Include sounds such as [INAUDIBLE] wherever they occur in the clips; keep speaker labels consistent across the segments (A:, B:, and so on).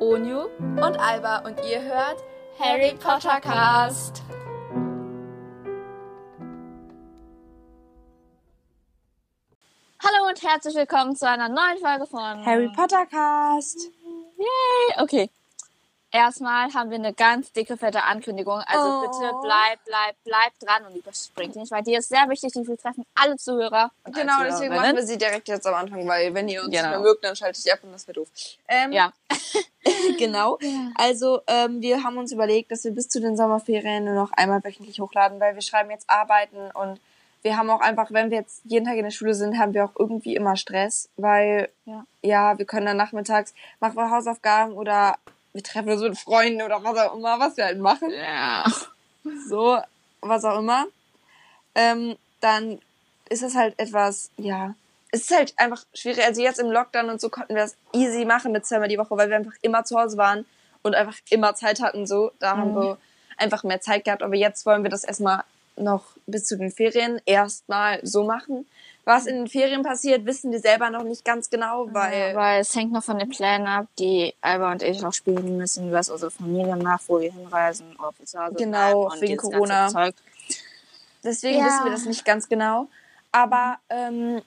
A: Onyu und Alba und ihr hört Harry Potter Cast. Hallo und herzlich willkommen zu einer neuen Folge von
B: Harry Potter Cast.
A: Yay! Okay. Erstmal haben wir eine ganz dicke, fette Ankündigung. Also
B: Oh.
A: bitte bleib, bleib, bleib dran und überspringt die nicht, weil dir ist sehr wichtig, die wir treffen alle Zuhörer. Und
B: Genau,
A: alle
B: deswegen
A: Zuhörerinnen.
B: machen wir sie direkt jetzt am Anfang, weil wenn ihr uns
A: ne? Genau.
B: nicht mehr mögt, dann schaltet ihr ab und das wäre doof. Ähm,
A: Ja.
B: [LAUGHS] Genau. Also ähm, wir haben uns überlegt, dass wir bis zu den Sommerferien nur noch einmal wöchentlich hochladen, weil wir schreiben jetzt Arbeiten und wir haben auch einfach, wenn wir jetzt jeden Tag in der Schule sind, haben wir auch irgendwie immer Stress, weil
A: Ja.
B: ja, wir können dann nachmittags machen wir Hausaufgaben oder wir treffen uns mit Freunden oder was auch immer, was wir halt machen.
A: Ja.
B: so, was auch immer, ähm, dann ist das halt etwas, ja, es ist halt einfach schwierig. Also jetzt im Lockdown und so konnten wir das easy machen mit zweimal die Woche, weil wir einfach immer zu Hause waren und einfach immer Zeit hatten. So, da haben wir einfach mehr Zeit gehabt. Aber jetzt wollen wir das erstmal noch bis zu den Ferien erstmal so machen. Was in den Ferien passiert, wissen wir selber noch nicht ganz genau, weil
A: Ja, weil es hängt noch von den Plänen ab, die Alba und ich noch spielen müssen, was unsere Familie macht, wo wir hinreisen, ob wir zu Hause
B: Genau,
A: bleiben und
B: wegen
A: dieses
B: Corona.
A: ganze Zeug.
B: Deswegen
A: Ja.
B: wissen wir das nicht ganz genau. Aber ähm,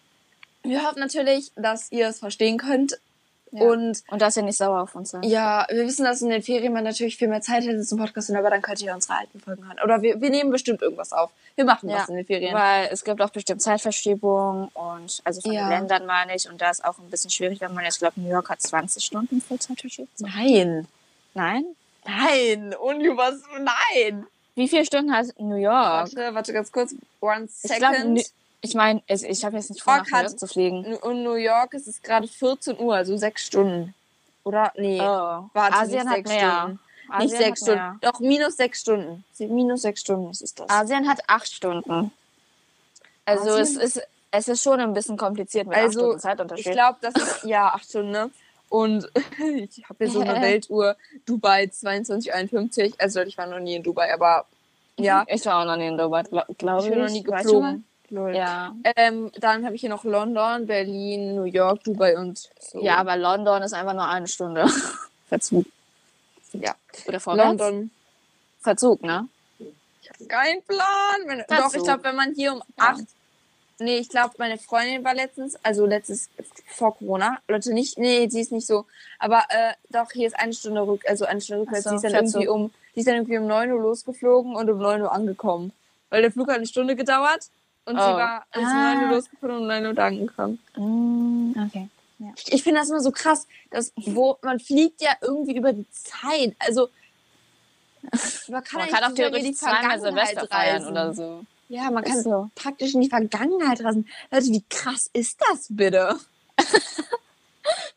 B: wir hoffen natürlich, dass ihr es verstehen könnt.
A: Ja.
B: Und
A: Und dass ihr nicht sauer auf uns ne? seid.
B: ja, wir wissen, dass in den Ferien man natürlich viel mehr Zeit hätte zum Podcasten, aber dann könnt ihr unsere alten Folgen hören. Oder wir, wir nehmen bestimmt irgendwas auf. Wir machen
A: Ja,
B: was in den Ferien.
A: Weil es gibt auch bestimmt Zeitverschiebungen und also von
B: Ja.
A: den Ländern meine ich. Und da ist auch ein bisschen schwierig, wenn man jetzt glaubt, New York hat 20 Stunden für Zeitverschiebung.
B: Nein.
A: Nein?
B: Nein. Und was? Nein.
A: Wie viele Stunden hat New York?
B: Warte, warte ganz kurz. One
A: Ich glaube,
B: second.
A: ich meine, ich, ich habe jetzt nicht vor,
B: York
A: nach New
B: hat-
A: York zu fliegen.
B: In New York ist es gerade 14 Uhr, also sechs Stunden. Oder? Nee.
A: Oh.
B: Warte,
A: Asien
B: nicht
A: hat
B: sechs
A: mehr.
B: Stunden.
A: Asien
B: Nicht
A: hat
B: sechs Stunden.
A: mehr.
B: Doch, minus sechs Stunden. Sie- Minus sechs Stunden was ist das.
A: Asien hat acht Stunden. Also es
B: Asien?
A: ist, es ist schon ein bisschen kompliziert mit acht
B: also,
A: Stunden Zeitunterschied.
B: ich glaube, das ist, [LAUGHS] ja, acht Stunden, ne? Und [LAUGHS] ich habe hier
A: [LAUGHS]
B: so eine Weltuhr, Dubai 2251. Also, ich war noch nie in Dubai, aber ja,
A: ich war auch noch nie in Dubai, glaube glaub
B: ich bin noch nie
A: Mhm. Weißt du
B: geflogen.
A: mal?
B: Lol.
A: Ja.
B: Ähm, dann habe ich hier noch London, Berlin, New York, Dubai und so.
A: ja, aber London ist einfach nur eine Stunde. [LAUGHS] Verzug.
B: ja.
A: Oder vorwärts?
B: London.
A: Verzug, ne?
B: Kein Plan. Meine,
A: Ach
B: doch,
A: so.
B: ich glaube, wenn man hier um acht. Nee, ich glaube, meine Freundin war letztens, also letztes vor Corona, Leute, nicht, nee, sie ist nicht so. Aber äh, doch, hier ist eine Stunde rück, also eine Stunde rückwärts.
A: so,
B: die, ist dann
A: fährt so.
B: irgendwie um, die ist dann irgendwie um 9 Uhr losgeflogen und um 9 Uhr angekommen. Weil der Flug hat eine Stunde gedauert und sie
A: Oh.
B: war ist um
A: Ah.
B: 9 Uhr losgeflogen und um 9 Uhr da angekommen. Mm,
A: okay.
B: Ich, ich finde das immer so krass, dass wo man fliegt ja irgendwie über die Zeit. Also man kann,
A: Man
B: eigentlich
A: kann auch
B: nicht mehr in die
A: theoretisch zweimal
B: Vergangenheit
A: Silvester feiern
B: reisen.
A: oder so.
B: Ja, man kann
A: Ist so.
B: praktisch in die Vergangenheit reisen. Leute, wie krass ist das bitte?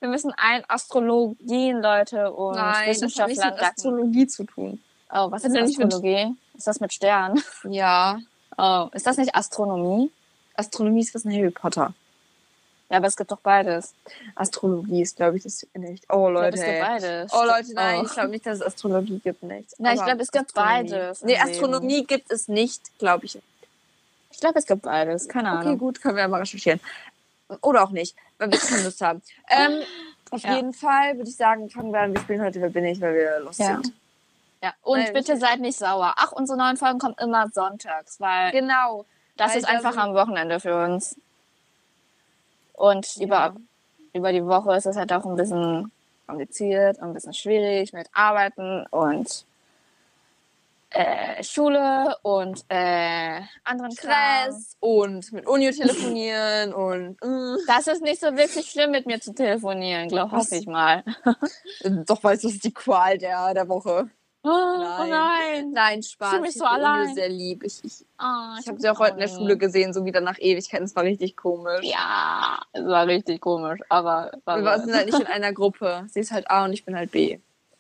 A: Wir müssen ein Astrologien, Leute, und Wissenschaftler dazu.
B: Astrologie zu tun.
A: Oh, was
B: Hat
A: ist
B: er nicht mit-
A: Astrologie? Ist das mit Sternen? [LAUGHS]
B: Ja,
A: Oh, ist das nicht Astronomie?
B: Astronomie ist was in Harry Potter.
A: Ja, aber es gibt doch beides.
B: Astrologie ist, glaube ich, das in echt. Oh, Leute.
A: es gibt
B: ey.
A: beides.
B: Oh, Leute, nein,
A: Oh.
B: ich glaube nicht, dass es Astrologie gibt, nichts.
A: Nein, ich
B: Aber
A: glaub, es gibt
B: Astronomie.
A: beides im
B: Nee,
A: Leben.
B: Astronomie gibt es nicht, glaube ich.
A: Ich glaube, es gibt beides. Keine
B: Okay,
A: Ahnung.
B: gut, können wir ja mal recherchieren. Oder auch nicht, weil wir keine Lust haben.
A: [LAUGHS]
B: Ähm, auf
A: Ja.
B: jeden Fall würde ich sagen, fangen wir an. Wir spielen heute Wer bin ich, weil wir Lust
A: Ja.
B: sind.
A: Ja. Und
B: Nein,
A: bitte seid nicht sauer. Ach, unsere neuen Folgen kommen immer sonntags, weil
B: Genau.
A: das
B: weil
A: ist
B: da
A: einfach
B: sind-
A: am Wochenende für uns. Und über, über die Woche ist es halt auch ein bisschen kompliziert, ein bisschen schwierig mit Arbeiten und äh, Schule und äh, anderen Stress.
B: Stress und mit Unio telefonieren [LAUGHS] und mm,
A: Das ist nicht so wirklich schlimm, mit mir zu telefonieren, glaube
B: Was?
A: ich mal. [LAUGHS]
B: doch weißt du, das ist die Qual der, der Woche.
A: Oh
B: Nein.
A: nein.
B: Nein, Spaß.
A: Ich fühl mich so
B: hab die Unio
A: allein.
B: sehr lieb. Ich, ich,
A: Oh,
B: Ah, ich habe sie auch heute in der Schule gesehen, so wieder nach Ewigkeiten. Es war richtig komisch.
A: Ja, es war richtig komisch, aber war
B: Wir
A: gut.
B: waren halt nicht in einer Gruppe. Sie ist halt A und ich bin halt [LAUGHS] B.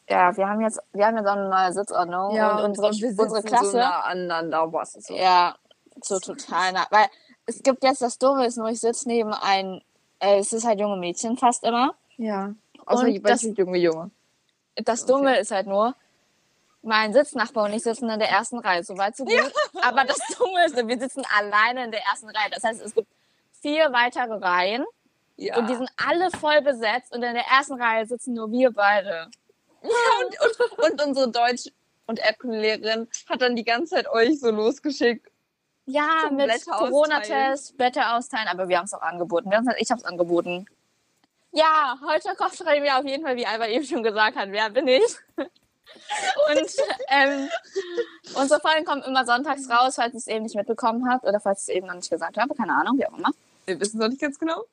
A: ja, wir haben jetzt, wir haben jetzt auch eine neue Sitzordnung und unsere,
B: wir sitzen
A: unsere Klasse.
B: so nah aneinander. Was ist so.
A: ja, so total nah. Weil es gibt jetzt das Dumme, ist nur ich sitze neben ein, äh, es ist halt junge Mädchen fast immer.
B: ja. Außer
A: Und
B: ich
A: das-
B: weiß nicht, junge Junge.
A: Das Dumme ist halt nur, mein Sitznachbar und ich sitzen in der ersten Reihe, so weit so gut. Aber das [LAUGHS] Dumme ist, wir sitzen alleine in der ersten Reihe. Das heißt, es gibt vier weitere Reihen
B: Ja.
A: und die sind alle voll besetzt und in der ersten Reihe sitzen nur wir beide.
B: Ja, und, und, und unsere Deutsch- und Erdkundelehrerin hat dann die ganze Zeit euch so losgeschickt.
A: Ja,
B: Zum
A: mit
B: Blätter
A: Corona-Test, Blätter austeilen, aber wir haben es auch angeboten. Wir haben's, halt, ich habe es angeboten. Ja, heute kocht mir auf jeden Fall, wie Albert eben schon gesagt hat, wer bin [LAUGHS] ich? Und ähm, unsere Folgen kommen immer sonntags raus, falls ihr es eben nicht mitbekommen habt oder falls ich es eben noch nicht gesagt habe, keine Ahnung, wie auch immer.
B: Wir wissen es noch nicht ganz genau.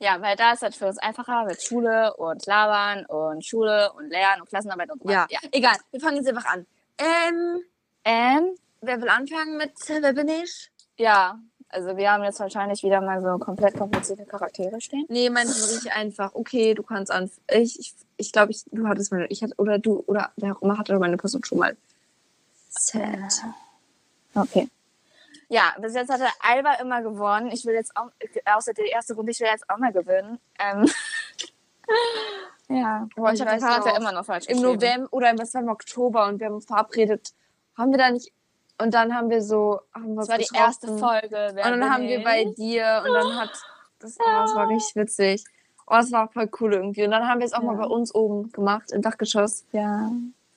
A: Ja, weil da ist halt für uns einfacher mit Schule und Labern und Schule und Lernen und Klassenarbeit und so
B: Ja.
A: weiter. Ja.
B: Egal, wir fangen jetzt einfach an. Ähm,
A: Ähm,
B: wer will anfangen mit äh, Wer bin ich?
A: ja, also wir haben jetzt wahrscheinlich wieder mal so komplett komplizierte Charaktere stehen.
B: Nee, meins ist richtig einfach. Okay, du kannst anfangen. Ich, ich, ich glaube, ich, du hattest meine, ich hatte, oder du, oder wer auch immer hatte meine Person schon mal. Sad.
A: Okay. Ja, bis jetzt hatte Alba immer gewonnen. Ich will jetzt auch, außer die erste Runde, ich will jetzt auch mal gewinnen. Ähm, [LAUGHS] ja,
B: Boah,
A: ich
B: ich
A: habe den
B: weiß
A: Charakter
B: noch.
A: immer noch falsch
B: im
A: geschrieben.
B: November oder was war im Oktober und wir haben uns verabredet. Haben wir da nicht. Und dann haben wir so. Haben wir
A: Das
B: uns
A: war die
B: getroffen.
A: erste Folge. Wer
B: Und dann
A: bin
B: haben wir
A: ich?
B: bei dir und dann hat. Das, oh, das war richtig witzig. Oh, das war voll cool irgendwie. Und dann haben wir es auch mal
A: Ja.
B: bei uns oben gemacht, im Dachgeschoss.
A: Ja.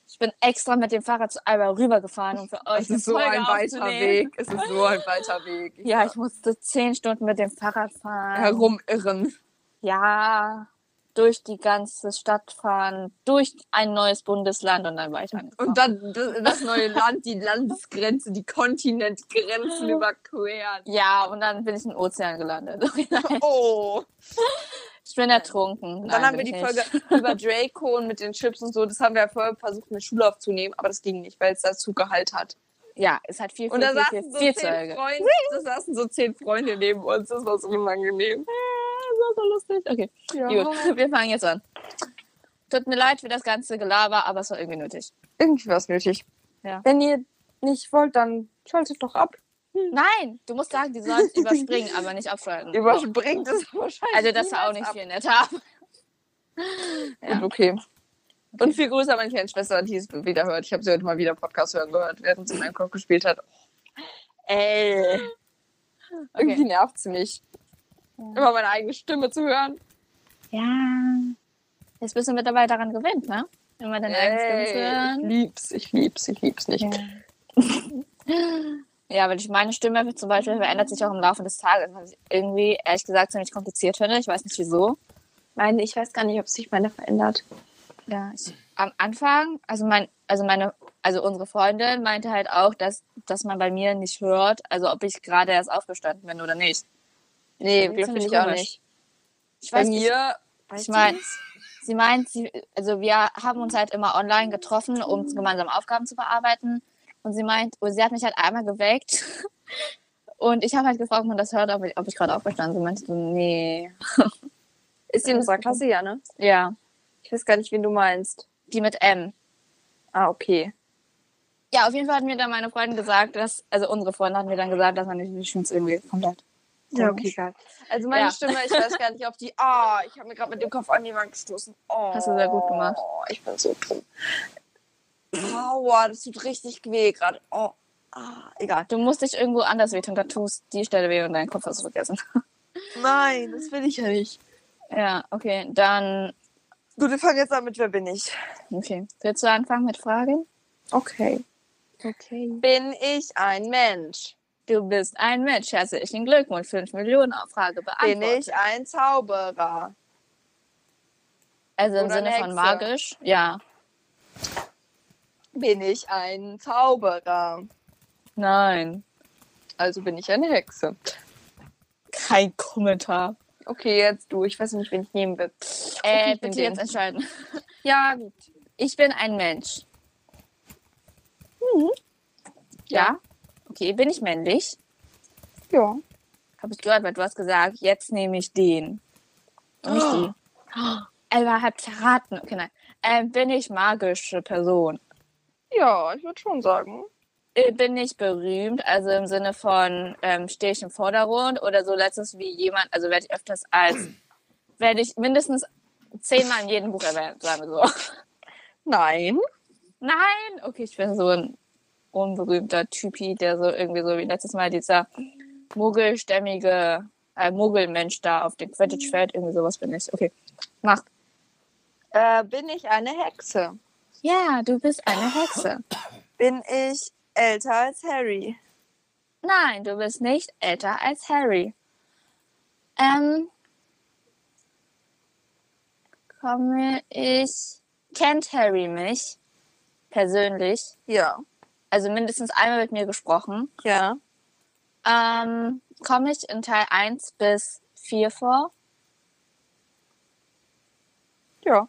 A: Ich bin extra mit dem Fahrrad zu Alba rübergefahren, um für euch eine Folge aufzunehmen.
B: Es ist so ein weiter Weg.
A: [LAUGHS] Ja, ich musste zehn Stunden mit dem Fahrrad fahren.
B: Herumirren.
A: Ja, durch die ganze Stadt fahren, durch ein neues Bundesland und dann weiter.
B: Und dann das, das neue Land, die Landesgrenze, die Kontinentgrenzen überqueren.
A: Ja, und dann bin ich im Ozean gelandet. [LAUGHS]
B: Oh.
A: Ich bin ertrunken.
B: Und dann haben wir die Folge über Draco und mit den Chips und so. Das haben wir ja vorher versucht, in der Schule aufzunehmen, aber das ging nicht, weil es dazu Gehalt hat.
A: Ja, es hat viel, viel,
B: Und da
A: viel, viel,
B: saßen so
A: viel,
B: zehn
A: Folge.
B: Freunde, da saßen so zehn Freunde neben uns. Das war so unangenehm.
A: Das war so lustig. Okay, gut. [LAUGHS] Wir fangen jetzt an. Tut mir leid für das ganze Gelaber, aber es war irgendwie nötig.
B: Irgendwie war es nötig.
A: Ja.
B: Wenn ihr nicht wollt, dann schaltet doch ab.
A: Nein, du musst sagen, die
B: [LAUGHS]
A: sollen überspringen, aber nicht abschalten.
B: Überspringt es wahrscheinlich.
A: Also das war auch nicht viel netter.
B: Ja. Gut, okay. Und viel Grüße an meine kleine Schwester, die es wieder hört. Ich habe sie heute mal wieder Podcast hören gehört, während sie in meinem Kopf gespielt hat. Ey. Irgendwie nervt sie mich. Immer meine eigene Stimme zu hören.
A: Ja. Jetzt bist du mittlerweile daran gewöhnt, ne? Immer deine eigene Stimme zu
B: Ey, ich
A: hören.
B: lieb's, ich lieb's, ich lieb's nicht.
A: [LAUGHS] Ja, weil ich meine Stimme zum Beispiel verändert sich auch im Laufe des Tages, was ich irgendwie, ehrlich gesagt, ziemlich kompliziert finde. Ich weiß nicht wieso.
B: Meine, ich weiß gar nicht, ob sich meine verändert.
A: Ja, ich, am Anfang, also mein, also meine, also unsere Freundin meinte halt auch, dass, dass man bei mir nicht hört, also ob ich gerade erst aufgestanden bin oder nicht.
B: Nee,
A: Das finde
B: finde
A: ich
B: ich auch
A: komisch.
B: nicht.
A: Ich
B: Bei
A: weiß nicht,
B: mir,
A: ich meine, sie meint, sie, also wir haben uns halt immer online getroffen, um gemeinsam Aufgaben zu bearbeiten. Und sie meint, oh, sie hat mich halt einmal geweckt. [LAUGHS] Und ich habe halt gefragt, ob man das hört, ob ich, ob ich gerade aufgestanden bin. Sie meinte so, nee. [LAUGHS]
B: ist die in unserer Klasse, ja, ne?
A: Ja,
B: Ich weiß gar nicht, wen du meinst.
A: die mit M.
B: Ah, okay.
A: Ja, auf jeden Fall hat mir dann meine Freundin gesagt, dass, also unsere Freundin hat mir dann gesagt, dass man nicht, ich finde es irgendwie halt. komplett. komisch.
B: egal. Also meine
A: Ja.
B: Stimme, ich weiß gar nicht, ob die. Ah, ich habe mir gerade mit dem Kopf an die Wand gestoßen. Oh,
A: Hast du sehr gut gemacht.
B: Ich bin so dumm. Aua, das tut richtig weh gerade. Oh, ah, egal.
A: Du musst dich irgendwo anders wehtun, da tust die Stelle weh und deinen Kopf hast du vergessen.
B: Nein, das will ich ja nicht.
A: [LAUGHS] Ja, okay, dann,
B: Gut, wir fangen jetzt an mit Wer bin ich?
A: okay. Willst du anfangen mit Fragen?
B: Okay.
A: Okay.
B: Bin ich ein Mensch?
A: Du bist ein Mensch, herzlichen Glückwunsch, 5 Millionen auf Frage beantwortet.
B: Bin ich ein Zauberer?
A: Also im
B: oder
A: Sinne
B: eine
A: von
B: Hexe?
A: magisch, ja.
B: Bin ich ein Zauberer?
A: Nein,
B: Also bin ich eine Hexe.
A: kein Kommentar.
B: Okay, jetzt du. Ich weiß nicht, wen ich nehmen will.
A: Äh,
B: ich bin
A: bitte
B: den.
A: jetzt entscheiden.
B: Ja, gut.
A: Ich bin ein Mensch. Ja? Okay, bin ich männlich?
B: Ja.
A: Habe ich gehört, weil du hast gesagt, jetzt nehme ich den. Und nicht die. [GASPS] Elva hat verraten. Okay, nein. Ähm, bin ich magische Person?
B: Ja, ich würde schon sagen.
A: Äh, Bin ich berühmt? Also im Sinne von, ähm, stehe ich im Vordergrund oder so letztens wie jemand, also werde ich öfters als, [CLEARS THROAT] werde ich mindestens zehnmal in jedem Buch erwähnt, sagen wir so. [LAUGHS]
B: Nein.
A: Nein! Okay, ich bin so ein unberühmter Typi, der so irgendwie so wie letztes Mal dieser mogelstämmige, äh, Mogelmensch da auf dem Quidditch-Feld, irgendwie sowas bin ich. Okay, macht.
B: Äh, bin ich eine Hexe?
A: Ja, du bist eine Hexe.
B: Bin ich älter als Harry?
A: Nein, du bist nicht älter als Harry. Ähm, komme ich. Kennt Harry mich persönlich?
B: Ja.
A: Also mindestens einmal mit mir gesprochen.
B: Ja.
A: Ähm, komme ich in Teil 1 bis 4 vor?
B: Ja,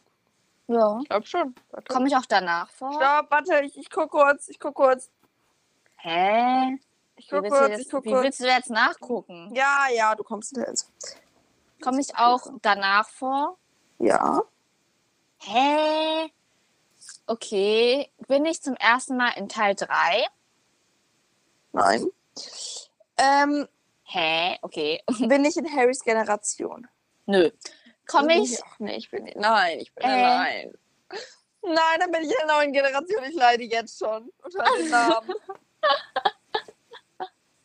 A: Ja.
B: ich glaube schon. Warte.
A: Komme ich auch danach vor?
B: Stopp, warte, ich, ich guck kurz, ich guck kurz.
A: Hä?
B: Ich
A: Wie
B: guck
A: willst, du
B: kurz, ich
A: jetzt,
B: guck
A: wie
B: kurz.
A: willst du jetzt nachgucken?
B: Ja, ja, du kommst hinter uns.
A: Komme ich auch danach vor?
B: Ja.
A: Hä? Okay, bin ich zum ersten Mal in Teil 3?
B: Nein.
A: [LAUGHS]
B: Ähm,
A: Hä? Okay. [LAUGHS]
B: bin ich in Harrys Generation?
A: Nö. Komme
B: Bin
A: ich
B: Auch nicht, bin ich, nein, ich bin
A: Äh.
B: allein. Nein, dann bin ich in der neuen Generation. Ich leide jetzt schon unter
A: [LAUGHS]
B: dem Namen.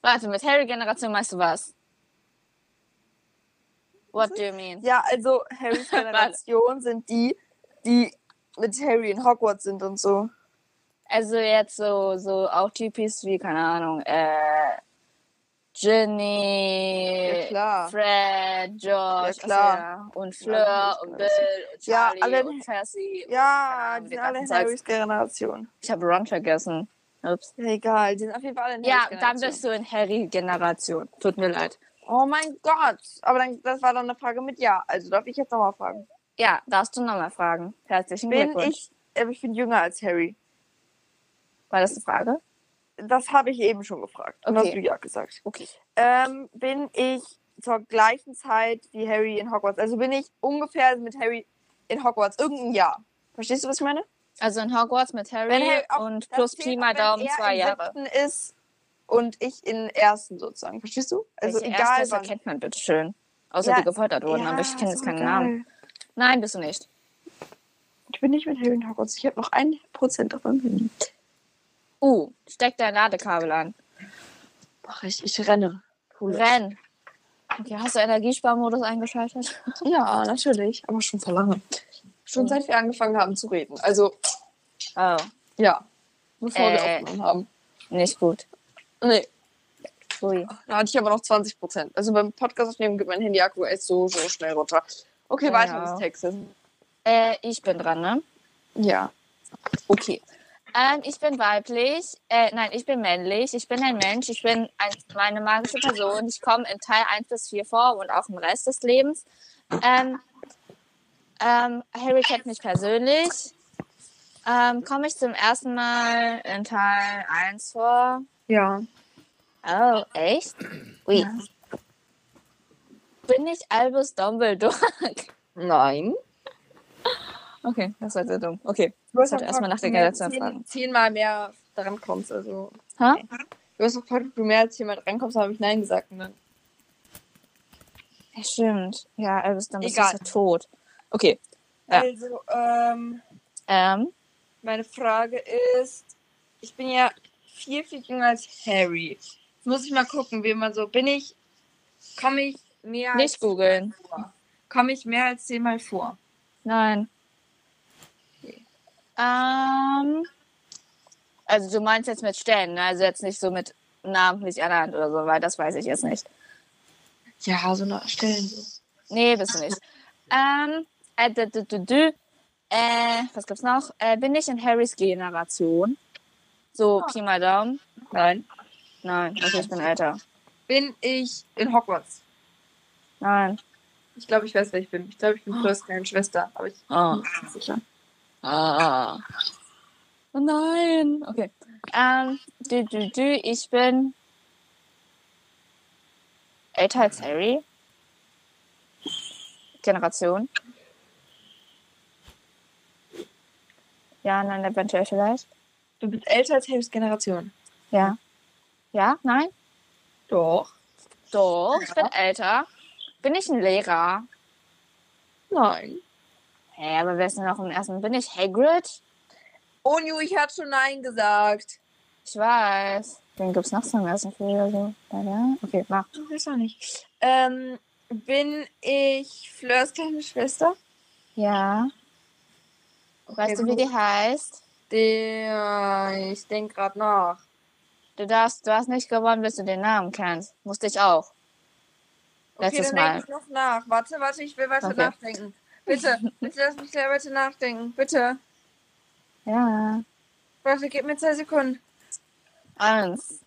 A: Warte, mit Harry-Generation meinst du was? What do you mean?
B: ja, also
A: [LAUGHS]
B: Harrys Generation sind die, die mit Harry in Hogwarts sind und so.
A: Also jetzt so, so auch Typis wie, keine Ahnung, äh, Ginny,
B: Ja, klar.
A: Fred, George, also
B: klar.
A: ja, und Fleur
B: Ja, natürlich
A: und Bill und
B: kann das Ja,
A: Charlie
B: alle-
A: und Percy. und keine
B: Ja,
A: Ahnung, wie
B: die sind
A: der
B: alle in
A: ganze Zeug.
B: Harrys Generation.
A: Ich habe Ron vergessen. Ups.
B: Ja, egal, die sind auf jeden Fall alle in
A: Ja,
B: Harrys
A: dann
B: Generation.
A: bist du in Harry-Generation. Tut mir leid.
B: Oh mein Gott. Aber dann, das war dann eine Frage mit Ja. Also darf ich jetzt nochmal fragen.
A: Ja, darfst du nochmal fragen. Herzlichen
B: Bin
A: Glückwunsch.
B: ich, äh, ich bin jünger als Harry.
A: War das eine Frage?
B: Das habe ich eben schon gefragt. Und
A: Okay.
B: hast du ja gesagt.
A: Okay.
B: Ähm, bin ich zur gleichen Zeit wie Harry in Hogwarts? Also bin ich ungefähr mit Harry in Hogwarts irgendein Jahr. Verstehst du, was ich meine?
A: Also in Hogwarts mit Harry,
B: Wenn Harry auf-
A: und
B: Das
A: plus
B: zählt
A: Pi
B: auch,
A: mal
B: wenn
A: Daumen
B: er
A: zwei
B: im
A: Jahre.
B: siebten ist und ich in ersten sozusagen. Verstehst du? Also
A: Welche
B: egal
A: Erstklässler
B: wann.
A: kennt man bitte schön. Außer
B: Ja,
A: die gefoltert wurden, aber ich
B: Ja,
A: kenne
B: ist
A: jetzt
B: doch
A: keinen
B: egal.
A: Namen. Nein, bist du nicht.
B: Ich bin nicht mit Harry in Hogwarts. Ich habe noch ein Prozent auf meinem Handy.
A: Uh, steck dein Ladekabel an.
B: Mach ich. Ich renne.
A: Renn. Okay, hast du Energiesparmodus eingeschaltet?
B: Ja, natürlich. Aber schon vor lange. Schon
A: Mhm.
B: seit wir angefangen haben zu reden. Also,
A: Oh,
B: ja. Bevor wir
A: Äh.
B: aufgenommen haben.
A: nicht gut.
B: Nee.
A: Ui.
B: Da hatte ich aber noch 20 Prozent. Also beim Podcast aufnehmen geht mein Handy Akku echt so, so schnell runter. Okay,
A: Genau.
B: weiter mit Texas.
A: Äh, ich bin dran, ne?
B: Ja.
A: Okay. Ähm, ich bin weiblich. Äh, nein, ich bin männlich. Ich bin ein Mensch. Ich bin ein, meine magische Person. Ich komme in Teil 1 bis 4 vor und auch im Rest des Lebens. Ähm, ähm, Harry kennt mich persönlich. Ähm, komme ich zum ersten Mal in Teil 1 vor?
B: Ja.
A: Oh, echt? Ui.
B: Ja.
A: Bin ich Albus Dumbledore? [LAUGHS]
B: Nein.
A: Okay, das war sehr dumm. Okay.
B: Du hast
A: Sollte
B: doch
A: erstmal nach
B: gefragt,
A: der
B: ob du mehr als
A: Generation
B: zehn-
A: fragen.
B: Zehnmal mehr dran kommst. Also.
A: Ha?
B: Du hast doch gefragt, ob du mehr als zehnmal dran kommst, habe ich Nein gesagt. Und dann.
A: Ja, stimmt. Ja, Albus Dumbledore
B: Egal.
A: ist ja tot. Okay. Ja.
B: Also, ähm,
A: Ähm,
B: meine Frage ist: Ich bin ja viel, viel jünger als Harry. Jetzt muss ich mal gucken, wie man so. Bin ich. Komme ich mehr
A: nicht
B: als.
A: googeln.
B: Komme ich mehr als zehnmal vor?
A: Nein.
B: Okay.
A: Ähm, also du meinst jetzt mit Stellen, ne? also jetzt nicht so mit namentlich ernannt oder so, weil das weiß ich jetzt nicht.
B: Ja, so eine Stellen so.
A: Nee, bist du nicht. Ähm, äh, dü, dü, dü, dü. äh, was gibt's noch? Äh, bin ich in Harrys Generation? So, Pi mal Daumen.
B: Nein.
A: Nein, okay, ich bin älter.
B: Bin ich in Hogwarts?
A: Nein.
B: Ich glaube, ich weiß, wer ich bin. Ich glaube, ich bin Flo's kleine Schwester, aber ich
A: Oh.
B: bin nicht sicher.
A: Ah. Oh nein. Okay. Ähm, dü, dü, dü, ich bin älter als Harry. Generation. Ja, nein, eventuell vielleicht.
B: Du bist älter als Harrys Generation.
A: Ja. Ja, nein?
B: Doch.
A: Doch, ich bin älter. Bin ich ein Lehrer?
B: Nein.
A: Hä, aber wer ist denn noch im ersten? Bin ich Hagrid?
B: Oh, Ju, ich hatte schon Nein gesagt.
A: Ich weiß. Den gibt's noch so im ersten Film oder so. Da, da. Okay, mach.
B: Du weißt noch nicht. Ähm, bin ich Fleurs kleine Schwester?
A: Ja. Weißt du, wie die heißt?
B: Der, ich denk grad nach.
A: Du darfst, du hast nicht gewonnen, bis du den Namen kennst. Musste ich auch.
B: Okay,
A: Letztes
B: dann
A: Mal.
B: denk ich noch nach. Warte, warte, ich will weiter
A: Okay.
B: nachdenken. Bitte, bitte lass mich gleich weiter nachdenken. Bitte.
A: Ja.
B: Warte, gib mir zwei Sekunden.
A: Eins.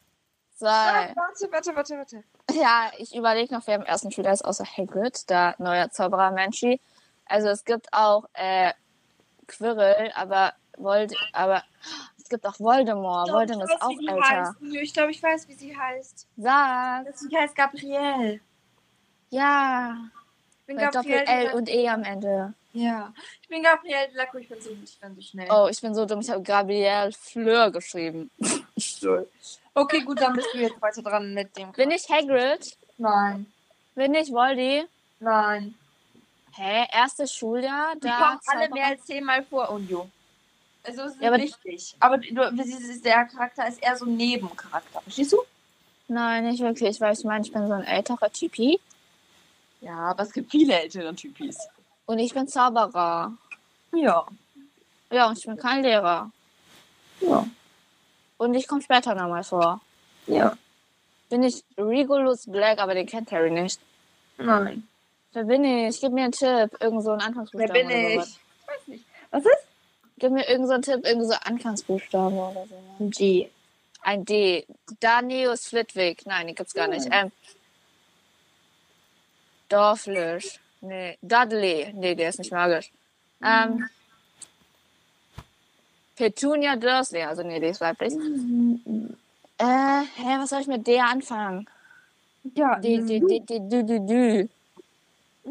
B: Ah,
A: Zwei.
B: warte, warte, warte, warte.
A: [LAUGHS] Ja, ich überlege noch, wer im ersten Schüler ist, außer Hagrid, der neuer Zauberer Manchi. Also es gibt auch äh, Quirrell, aber Vold aber es gibt auch Voldemort.
B: Doch,
A: Voldemort
B: ich
A: ist
B: weiß,
A: auch
B: wie die
A: älter.
B: heißt. Ich glaube, ich weiß, wie sie heißt.
A: Sag.
B: Sie heißt Gabrielle.
A: Ja.
B: Ich bin
A: Mit Doppel L
B: Gabrielle.
A: und E am Ende.
B: Ja. Ich bin Gabrielle Lacco, ich bin so, ich bin so schnell.
A: Oh, ich bin so dumm. Ich habe Gabrielle Fleur geschrieben.
B: Okay, gut, dann bist du jetzt weiter dran mit dem.
A: Bin ich Hagrid?
B: Nein,
A: Bin ich Voldy?
B: nein.
A: Hä? Erstes Schuljahr?
B: Die
A: Da
B: kommen alle
A: Zauberer-
B: mehr als zehnmal vor, Unio. Also es ist
A: Ja, aber-
B: wichtig. Aber du, dieses- der Charakter ist eher so ein Nebencharakter. Verstehst du?
A: Nein, nicht wirklich, weil ich meine, ich bin so ein älterer Typi
B: Ja, aber es gibt viele ältere Typis.
A: und ich bin Zauberer.
B: Ja.
A: Ja, und ich bin kein Lehrer.
B: Ja.
A: Und ich komme später nochmal vor.
B: Ja.
A: Bin ich Regulus Black, aber den kennt Harry nicht.
B: Nein.
A: Wer bin ich? Gib mir einen Tipp. Irgend so einen
B: Wer
A: Anfangsbuchstaben.
B: bin
A: oder
B: ich?
A: sowas.
B: Ich weiß nicht. Was ist?
A: Gib mir irgend so einen Tipp, irgend so Anfangsbuchstaben oder so.
B: Ein G.
A: Ein D. Daneus Flitwick. Nein, die gibt's gar nicht. Ähm. Dorflisch. Nee. Dudley. Nee, der ist nicht magisch. Ähm. Petunia Dursley. Also, nee, die ist weiblich. Äh, hä, was soll ich mit der anfangen?
B: Ja,
A: Die, die, die, die, du, du, du.
B: du,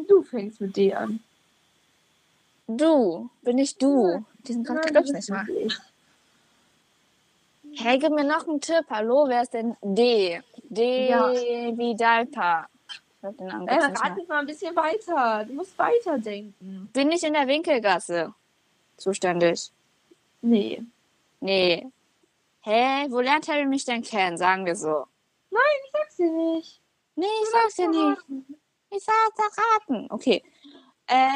B: du fängst mit D an.
A: Du. Bin ich du? Diesen Charakter gibt's nicht mal. Hey, gib mir noch einen Tipp. Hallo, wer ist denn D? D
B: Ja.
A: wie Dalpa. Ich hab den Namen
B: Ey,
A: gibt's nicht mehr.
B: rat jetzt Äh, mal ein bisschen weiter. Du musst weiterdenken.
A: Bin ich in der Winkelgasse zuständig?
B: Nee.
A: Nee. Hä? Wo lernt Harry mich denn kennen? Sagen wir so.
B: Ich sag's dir nicht.
A: Nee, ich sag's dir nicht. Ich sag's verraten. Okay. Äh,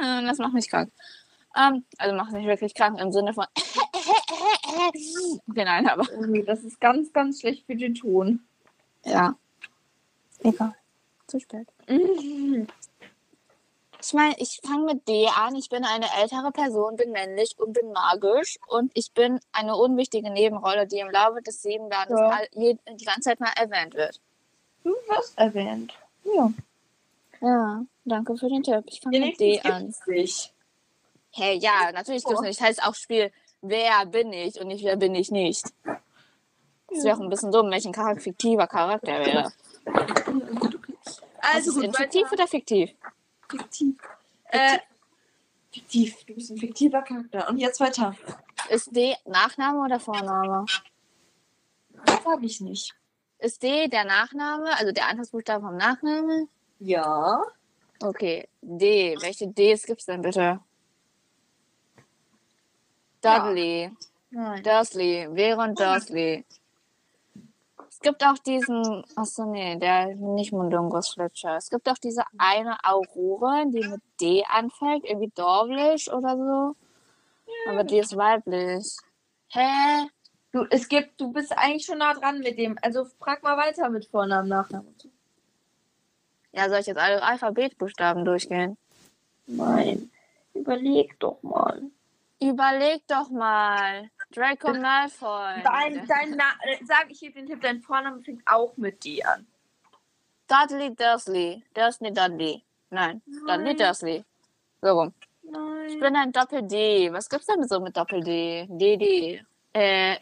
A: [LAUGHS] das macht mich krank. Ähm, also macht mich wirklich krank im Sinne von. [LAUGHS] okay, nein, aber.
B: Okay, Oh das ist ganz, ganz schlecht für den Ton.
A: Ja. Egal. Zu spät.
B: Mhm.
A: Ich meine, ich fange mit D an. Ich bin eine ältere Person, bin männlich und bin magisch. Und ich bin eine unwichtige Nebenrolle, die im Laufe des sieben Jahres
B: Ja.
A: all- je- die ganze Zeit mal erwähnt wird.
B: Du wirst erwähnt. Ja.
A: Ja, danke für den Tipp. Ich fange mit D an. Oh.
B: Dich.
A: Hey, ja, natürlich gibt's nicht. Heißt auch Spiel, wer bin ich und nicht wer bin ich nicht. Das wäre auch ein bisschen dumm, wenn ich ein Charakter, fiktiver Charakter wäre.
B: Also
A: ist
B: gut,
A: es
B: weiter.
A: fiktiv oder fiktiv?
B: fiktiv. Äh, fiktiv. Du bist ein fiktiver Charakter. Und jetzt weiter.
A: Ist D Nachname oder Vorname?
B: Das sag ich nicht.
A: Ist D der Nachname, also der Anfangsbuchstabe vom Nachname?
B: Ja.
A: Okay, D. Welche Ds gibt's denn bitte?
B: Ja.
A: Dudley,
B: Nein.
A: Dursley, Veron Dursley. Es gibt auch diesen, achso, nee, der nicht Mundungus Fletcher. Es gibt auch diese eine Aurore, die mit D anfängt, irgendwie Dorblish oder so. Aber die ist weiblich. Hä?
B: Du, es gibt, du bist eigentlich schon nah dran mit dem. Also frag mal weiter mit Vornamen, Nachnamen. und so.
A: Ja, soll ich jetzt alle Alphabetbuchstaben durchgehen?
B: Nein. Überleg doch mal.
A: Überleg doch mal. Draco Malfoy.
B: Dein, dein Na äh, sag ich gebe den Tipp, dein Vorname fängt auch mit D an.
A: Dudley Dursley. Dursley Dudley. Nein, Dudley
B: Nein.
A: Dursley. So rum. Ich
B: Nein.
A: bin ein Doppel-D. Was gibt's denn so mit Doppel-D? DD. Äh,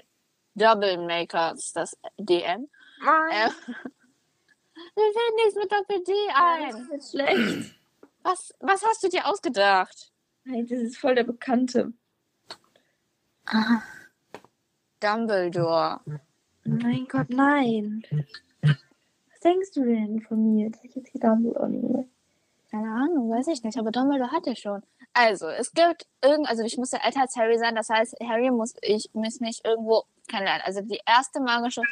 A: Double Makers, das DM. Äh, [LAUGHS]
B: Nein.
A: mir fällt nichts mit Doppel-D ein.
B: Das ist schlecht.
A: Was, was hast du dir ausgedacht?
B: Nein, das ist voll der Bekannte.
A: Dumbledore.
B: Mein Gott, nein. Was denkst du denn von mir? Dass ich jetzt gedacht auch nicht mehr.
A: Keine Ahnung, weiß ich nicht, aber Dumbledore hat er schon. Also, es gibt irgend, also ich muss ja älter als Harry sein, das heißt, Harry muss ich muss mich irgendwo kennenlernen. Also die erste magische.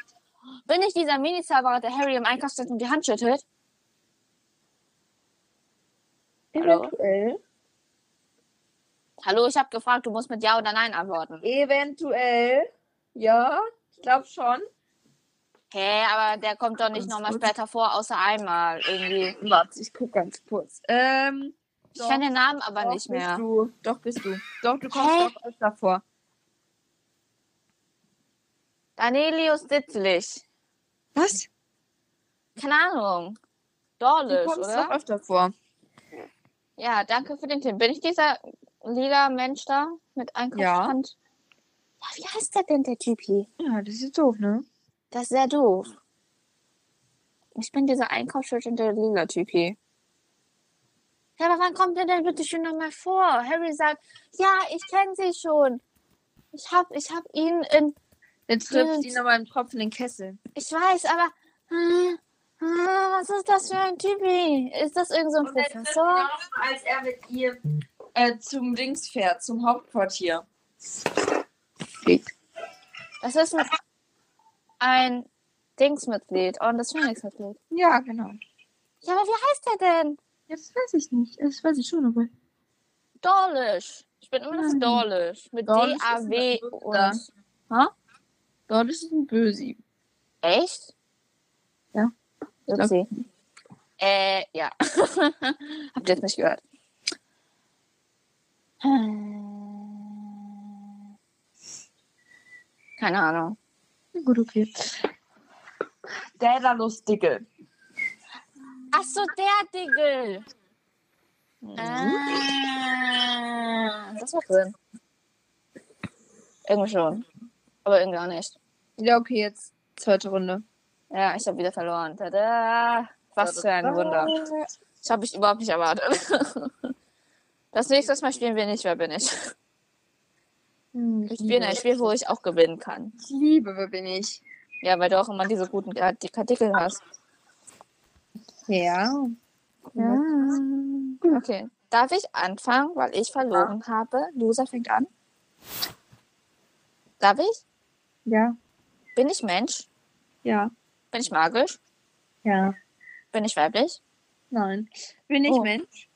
A: Bin ich dieser Mini-Zauberer, der Harry im Einkaufszentrum die Hand schüttelt? Hallo?
B: Eventuell.
A: Hallo, ich habe gefragt, du musst mit Ja oder Nein antworten.
B: Eventuell. Ja, ich glaube schon.
A: Hä, aber der kommt doch nicht
B: Ganz
A: nochmal
B: kurz.
A: später vor, außer einmal irgendwie.
B: Warte, ich gucke ganz kurz. Ähm,
A: Ich kenne den Namen aber
B: doch
A: nicht mehr.
B: Bist du, doch bist du. Doch, du
A: Hä?
B: kommst doch öfter vor.
A: Danelius Ditzlich.
B: Was?
A: Keine Ahnung.
B: Du
A: Dorlisch,
B: kommst
A: oder?
B: doch öfter vor.
A: Ja, danke für den Tipp. Bin ich dieser lila Mensch da mit
B: Ja.
A: Einkaufsstand? Ja. Wie heißt der denn, der Typi?
B: Ja, das ist doof, ne?
A: Das ist sehr doof. Ich bin dieser Einkaufsschild und der lila Typi. Ja, aber wann kommt der denn bitte schön nochmal vor? Harry sagt, ja, ich kenne sie schon. Ich hab, ich hab ihn in,
B: Jetzt trifft
A: Stimmt.
B: ihn nochmal im Tropfen in den Kessel.
A: ich weiß, aber, hm, hm, was ist das für ein Typi? Ist das irgend so ein Professor?
B: als er mit ihr äh, zum Dings fährt, zum Hauptquartier.
A: Das ist ein, ein Dingsmitglied, Orden des Phoenix-Mitglied.
B: Ja, genau.
A: Ja, aber wie heißt der denn?
B: Jetzt weiß ich nicht. Das weiß ich schon, aber.
A: Dorlish. Ich bin immer noch
B: Hm.
A: Dorlish. Mit
B: Dawlish ist ein
A: D-A-W
B: Böser.
A: und.
B: Dort ist ein Bösi.
A: Echt?
B: Ja.
A: Upsi. Äh, ja. [LAUGHS] Habt ihr jetzt nicht gehört? Keine Ahnung.
B: Gut, okay. Daedalus Dickel.
A: Ach so, der Digel. Ah, das macht Sinn. Irgendwie schon. Aber irgendwie auch nicht.
B: Ja, okay, jetzt zweite Runde.
A: Ja, ich habe wieder verloren. Tada! Was für ein Wunder. Das habe ich überhaupt nicht erwartet. [LAUGHS] Das nächste Mal spielen wir nicht, wer bin ich.
B: Hm,
A: Ich spiele ein Spiel, wo ich auch gewinnen kann.
B: Ich liebe, wer bin ich?
A: Ja, weil du auch immer diese guten Ka- die Artikel hast.
B: Ja.
A: Okay. Darf ich anfangen, weil ich verloren habe? Loser fängt an. Darf ich?
B: Ja.
A: Bin ich Mensch?
B: Ja.
A: Bin ich magisch?
B: Ja.
A: Bin ich weiblich?
B: Nein. Bin ich
A: Oh.
B: Mensch?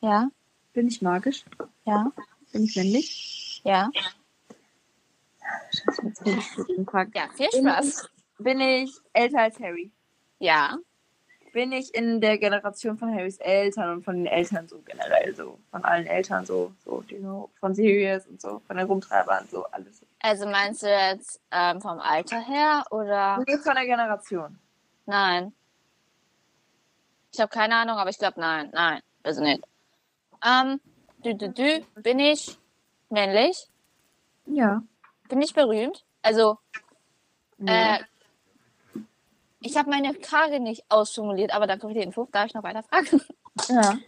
A: Ja,
B: Bin ich magisch?
A: ja,
B: Bin ich männlich?
A: ja.
B: Scheiße, jetzt bin [LAUGHS] ich so gefragt.
A: Ja, viel Spaß.
B: Bin ich älter als Harry?
A: Ja,
B: Bin ich in der Generation von Harrys Eltern und von den Eltern so generell so? Von allen Eltern so, so, die so von Sirius und so, von den Rumtreibern, so alles.
A: also meinst du jetzt ähm, vom Alter her oder?
B: Und jetzt von der Generation.
A: Nein. Ich habe keine Ahnung, aber ich glaube nein, nein, also nicht. Ähm, dü, dü, dü, bin ich männlich?
B: Ja.
A: Bin ich berühmt? Also, äh, ich habe meine Frage nicht ausformuliert, aber danke für die Info. Darf ich noch weiter fragen? [LAUGHS]
B: ja.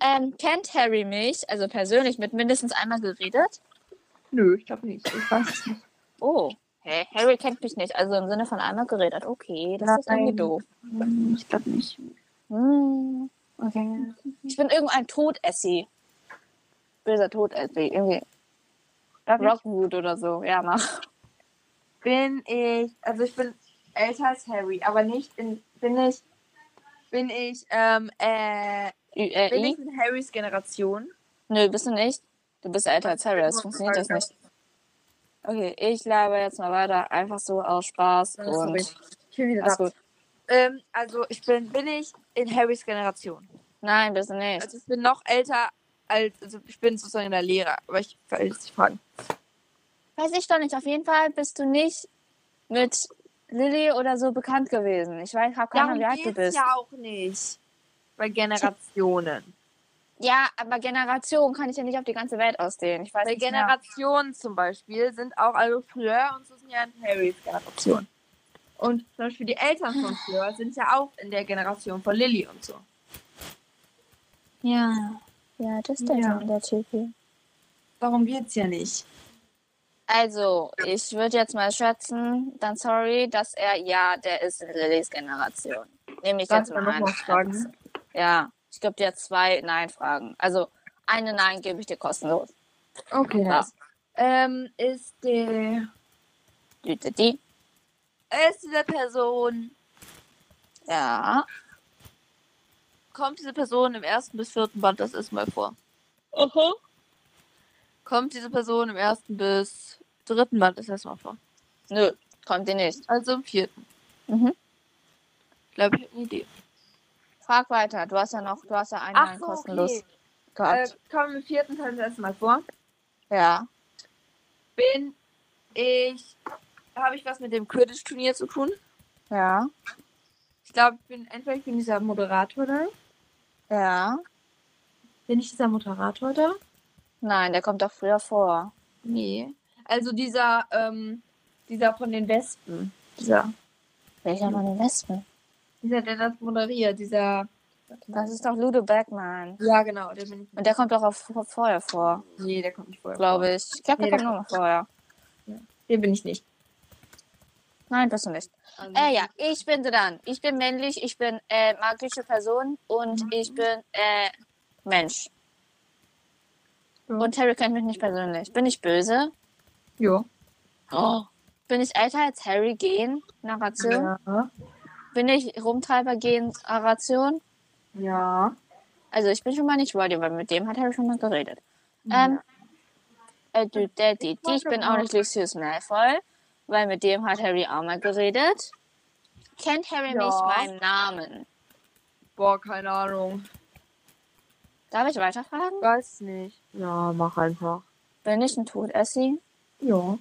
A: Ähm, kennt Harry mich, also persönlich, mit mindestens einmal geredet?
B: Nö, ich glaube nicht. Ich weiß es nicht.
A: Oh, hä? Harry kennt mich nicht, also im Sinne von einmal geredet. Okay, das ist irgendwie
B: Nein.
A: doof.
B: Hm, Ich glaube nicht.
A: Hm, okay. Ich bin irgendein Todessi. Böser Todessi, irgendwie.
B: Darf ich-
A: Rockwood oder so, ja, mach.
B: Bin ich, also ich bin älter als Harry, aber nicht in, bin ich, bin ich, ähm, äh,
A: Ü äh,
B: bin
A: I?
B: ich in Harrys Generation? Oh,
A: Nö, bist du nicht. Du bist älter als Harry, das funktioniert das nicht. Okay, ich laber jetzt mal weiter, einfach so aus Spaß
B: Ja, sorry.
A: und
B: Ich bin wieder
A: alles
B: da.
A: gut.
B: Ähm, also ich bin, bin ich in Harrys Generation.
A: Nein, bist du nicht.
B: Also ich bin noch älter als, also ich bin sozusagen der Lehrer, aber ich kann jetzt nicht fragen.
A: Weiß ich doch nicht, auf jeden Fall bist du nicht mit Lilly oder so bekannt gewesen. Ich weiß, hab keine Ahnung, wie alt du bist.
B: ja auch nicht. Bei Generationen.
A: Ja, aber Generation kann ich ja nicht auf die ganze Welt ausdehnen. Ich weiß
B: Bei
A: nicht mehr.
B: Generationen zum Beispiel sind auch also Fleur und so sind ja in Harrys Generation. Und zum Beispiel die Eltern von Fleur sind ja auch in der Generation von Lilly und so.
A: Ja. Ja, das ist
B: der Ja.
A: der Typ hier.
B: Darum geht's ja nicht.
A: Also, ich würde jetzt mal schätzen, dann sorry, dass er, ja, der ist in Lillys Generation. Nehme ich
B: Darf
A: jetzt
B: ich dann
A: mal an.
B: nochmal fragen?
A: Ja, ich glaube dir zwei Nein-Fragen. Also, eine Nein gebe ich dir kostenlos.
B: Okay.
A: Ja.
B: Ähm, ist der
A: Die, die, die.
B: ist diese Person
A: Ja.
B: kommt diese Person im ersten bis vierten Band das erstmal vor.
A: Oho.
B: kommt diese Person im ersten bis dritten Band ist erstmal vor.
A: Nö, kommt die nicht.
B: Also im vierten.
A: Mhm.
B: Glaube ich, eine Idee.
A: Frag weiter. Du hast ja noch, du hast ja einen Band Genau, kostenlos
C: Äh,
A: gehabt.
C: komm, im vierten Teil das erste Mal vor.
A: Ja.
B: Bin ich. Habe ich was mit dem Quidditch-Turnier zu tun?
A: Ja.
B: Ich glaube, ich bin entweder ich bin dieser Moderator da.
A: Ja.
B: Bin ich dieser Moderator da?
A: Nein, der kommt doch früher vor.
B: Nee. Also dieser, ähm, dieser von den Wespen. Dieser.
A: Welcher von den Wespen?
B: Dieser, der das moderiert, dieser.
A: Das ist doch Ludo Bergmann.
B: Ja, genau, der bin ich.
A: Und der kommt doch auf, auf vorher vor,
B: Nee, der kommt nicht vorher.
A: glaube ich. Ich glaube, der
B: Nee, der
A: kommt nur noch vorher.
B: Den bin ich nicht.
A: Nein, bist du nicht.
B: Ähm,
A: Äh, ja, ich bin dran. Ich bin männlich, ich bin äh, magische Person und ich bin äh, Mensch. Und Harry kennt mich nicht persönlich. Bin ich böse?
B: Jo.
A: Oh. Bin ich älter als Harry gehen? Narration?
B: Ja.
A: Bin ich Rumtreiber gehen? Narration?
B: Ja.
A: Also ich bin schon mal nicht Roddy, weil mit dem hat Harry schon mal geredet. Ähm, äh, du Daddy, die, ich bin auch nicht Lucius Malfoy, weil mit dem hat Harry auch mal geredet. Kennt Harry
B: Ja.
A: mich beim Namen?
B: Boah, keine Ahnung.
A: Darf ich weiterfragen?
B: Weiß nicht. Ja, mach einfach.
A: Bin ich ein Todessi?
B: Ja.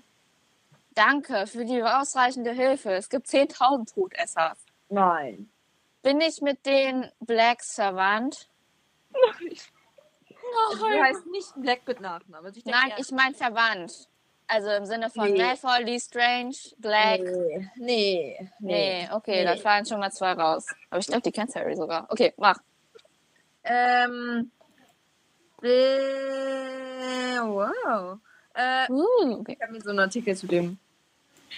A: Danke für die ausreichende Hilfe. Es gibt 10.000 Todesser.
B: Nein.
A: Bin ich mit den Blacks verwandt?
B: Du Also, heißt nicht Black mit Nachnamen. Also ich denke,
A: Nein, ich meine verwandt. Also im Sinne von
B: Nee.
A: Malfoy, Lee Strange, Black.
B: Nee. Nee.
A: Nee, okay,
B: Nee.
A: da fallen schon mal zwei raus. Aber ich glaube, die kennt Harry sogar. Okay, mach.
B: Ähm. Äh, wow. Äh,
A: Uh, okay.
B: ich habe mir so einen Artikel zu dem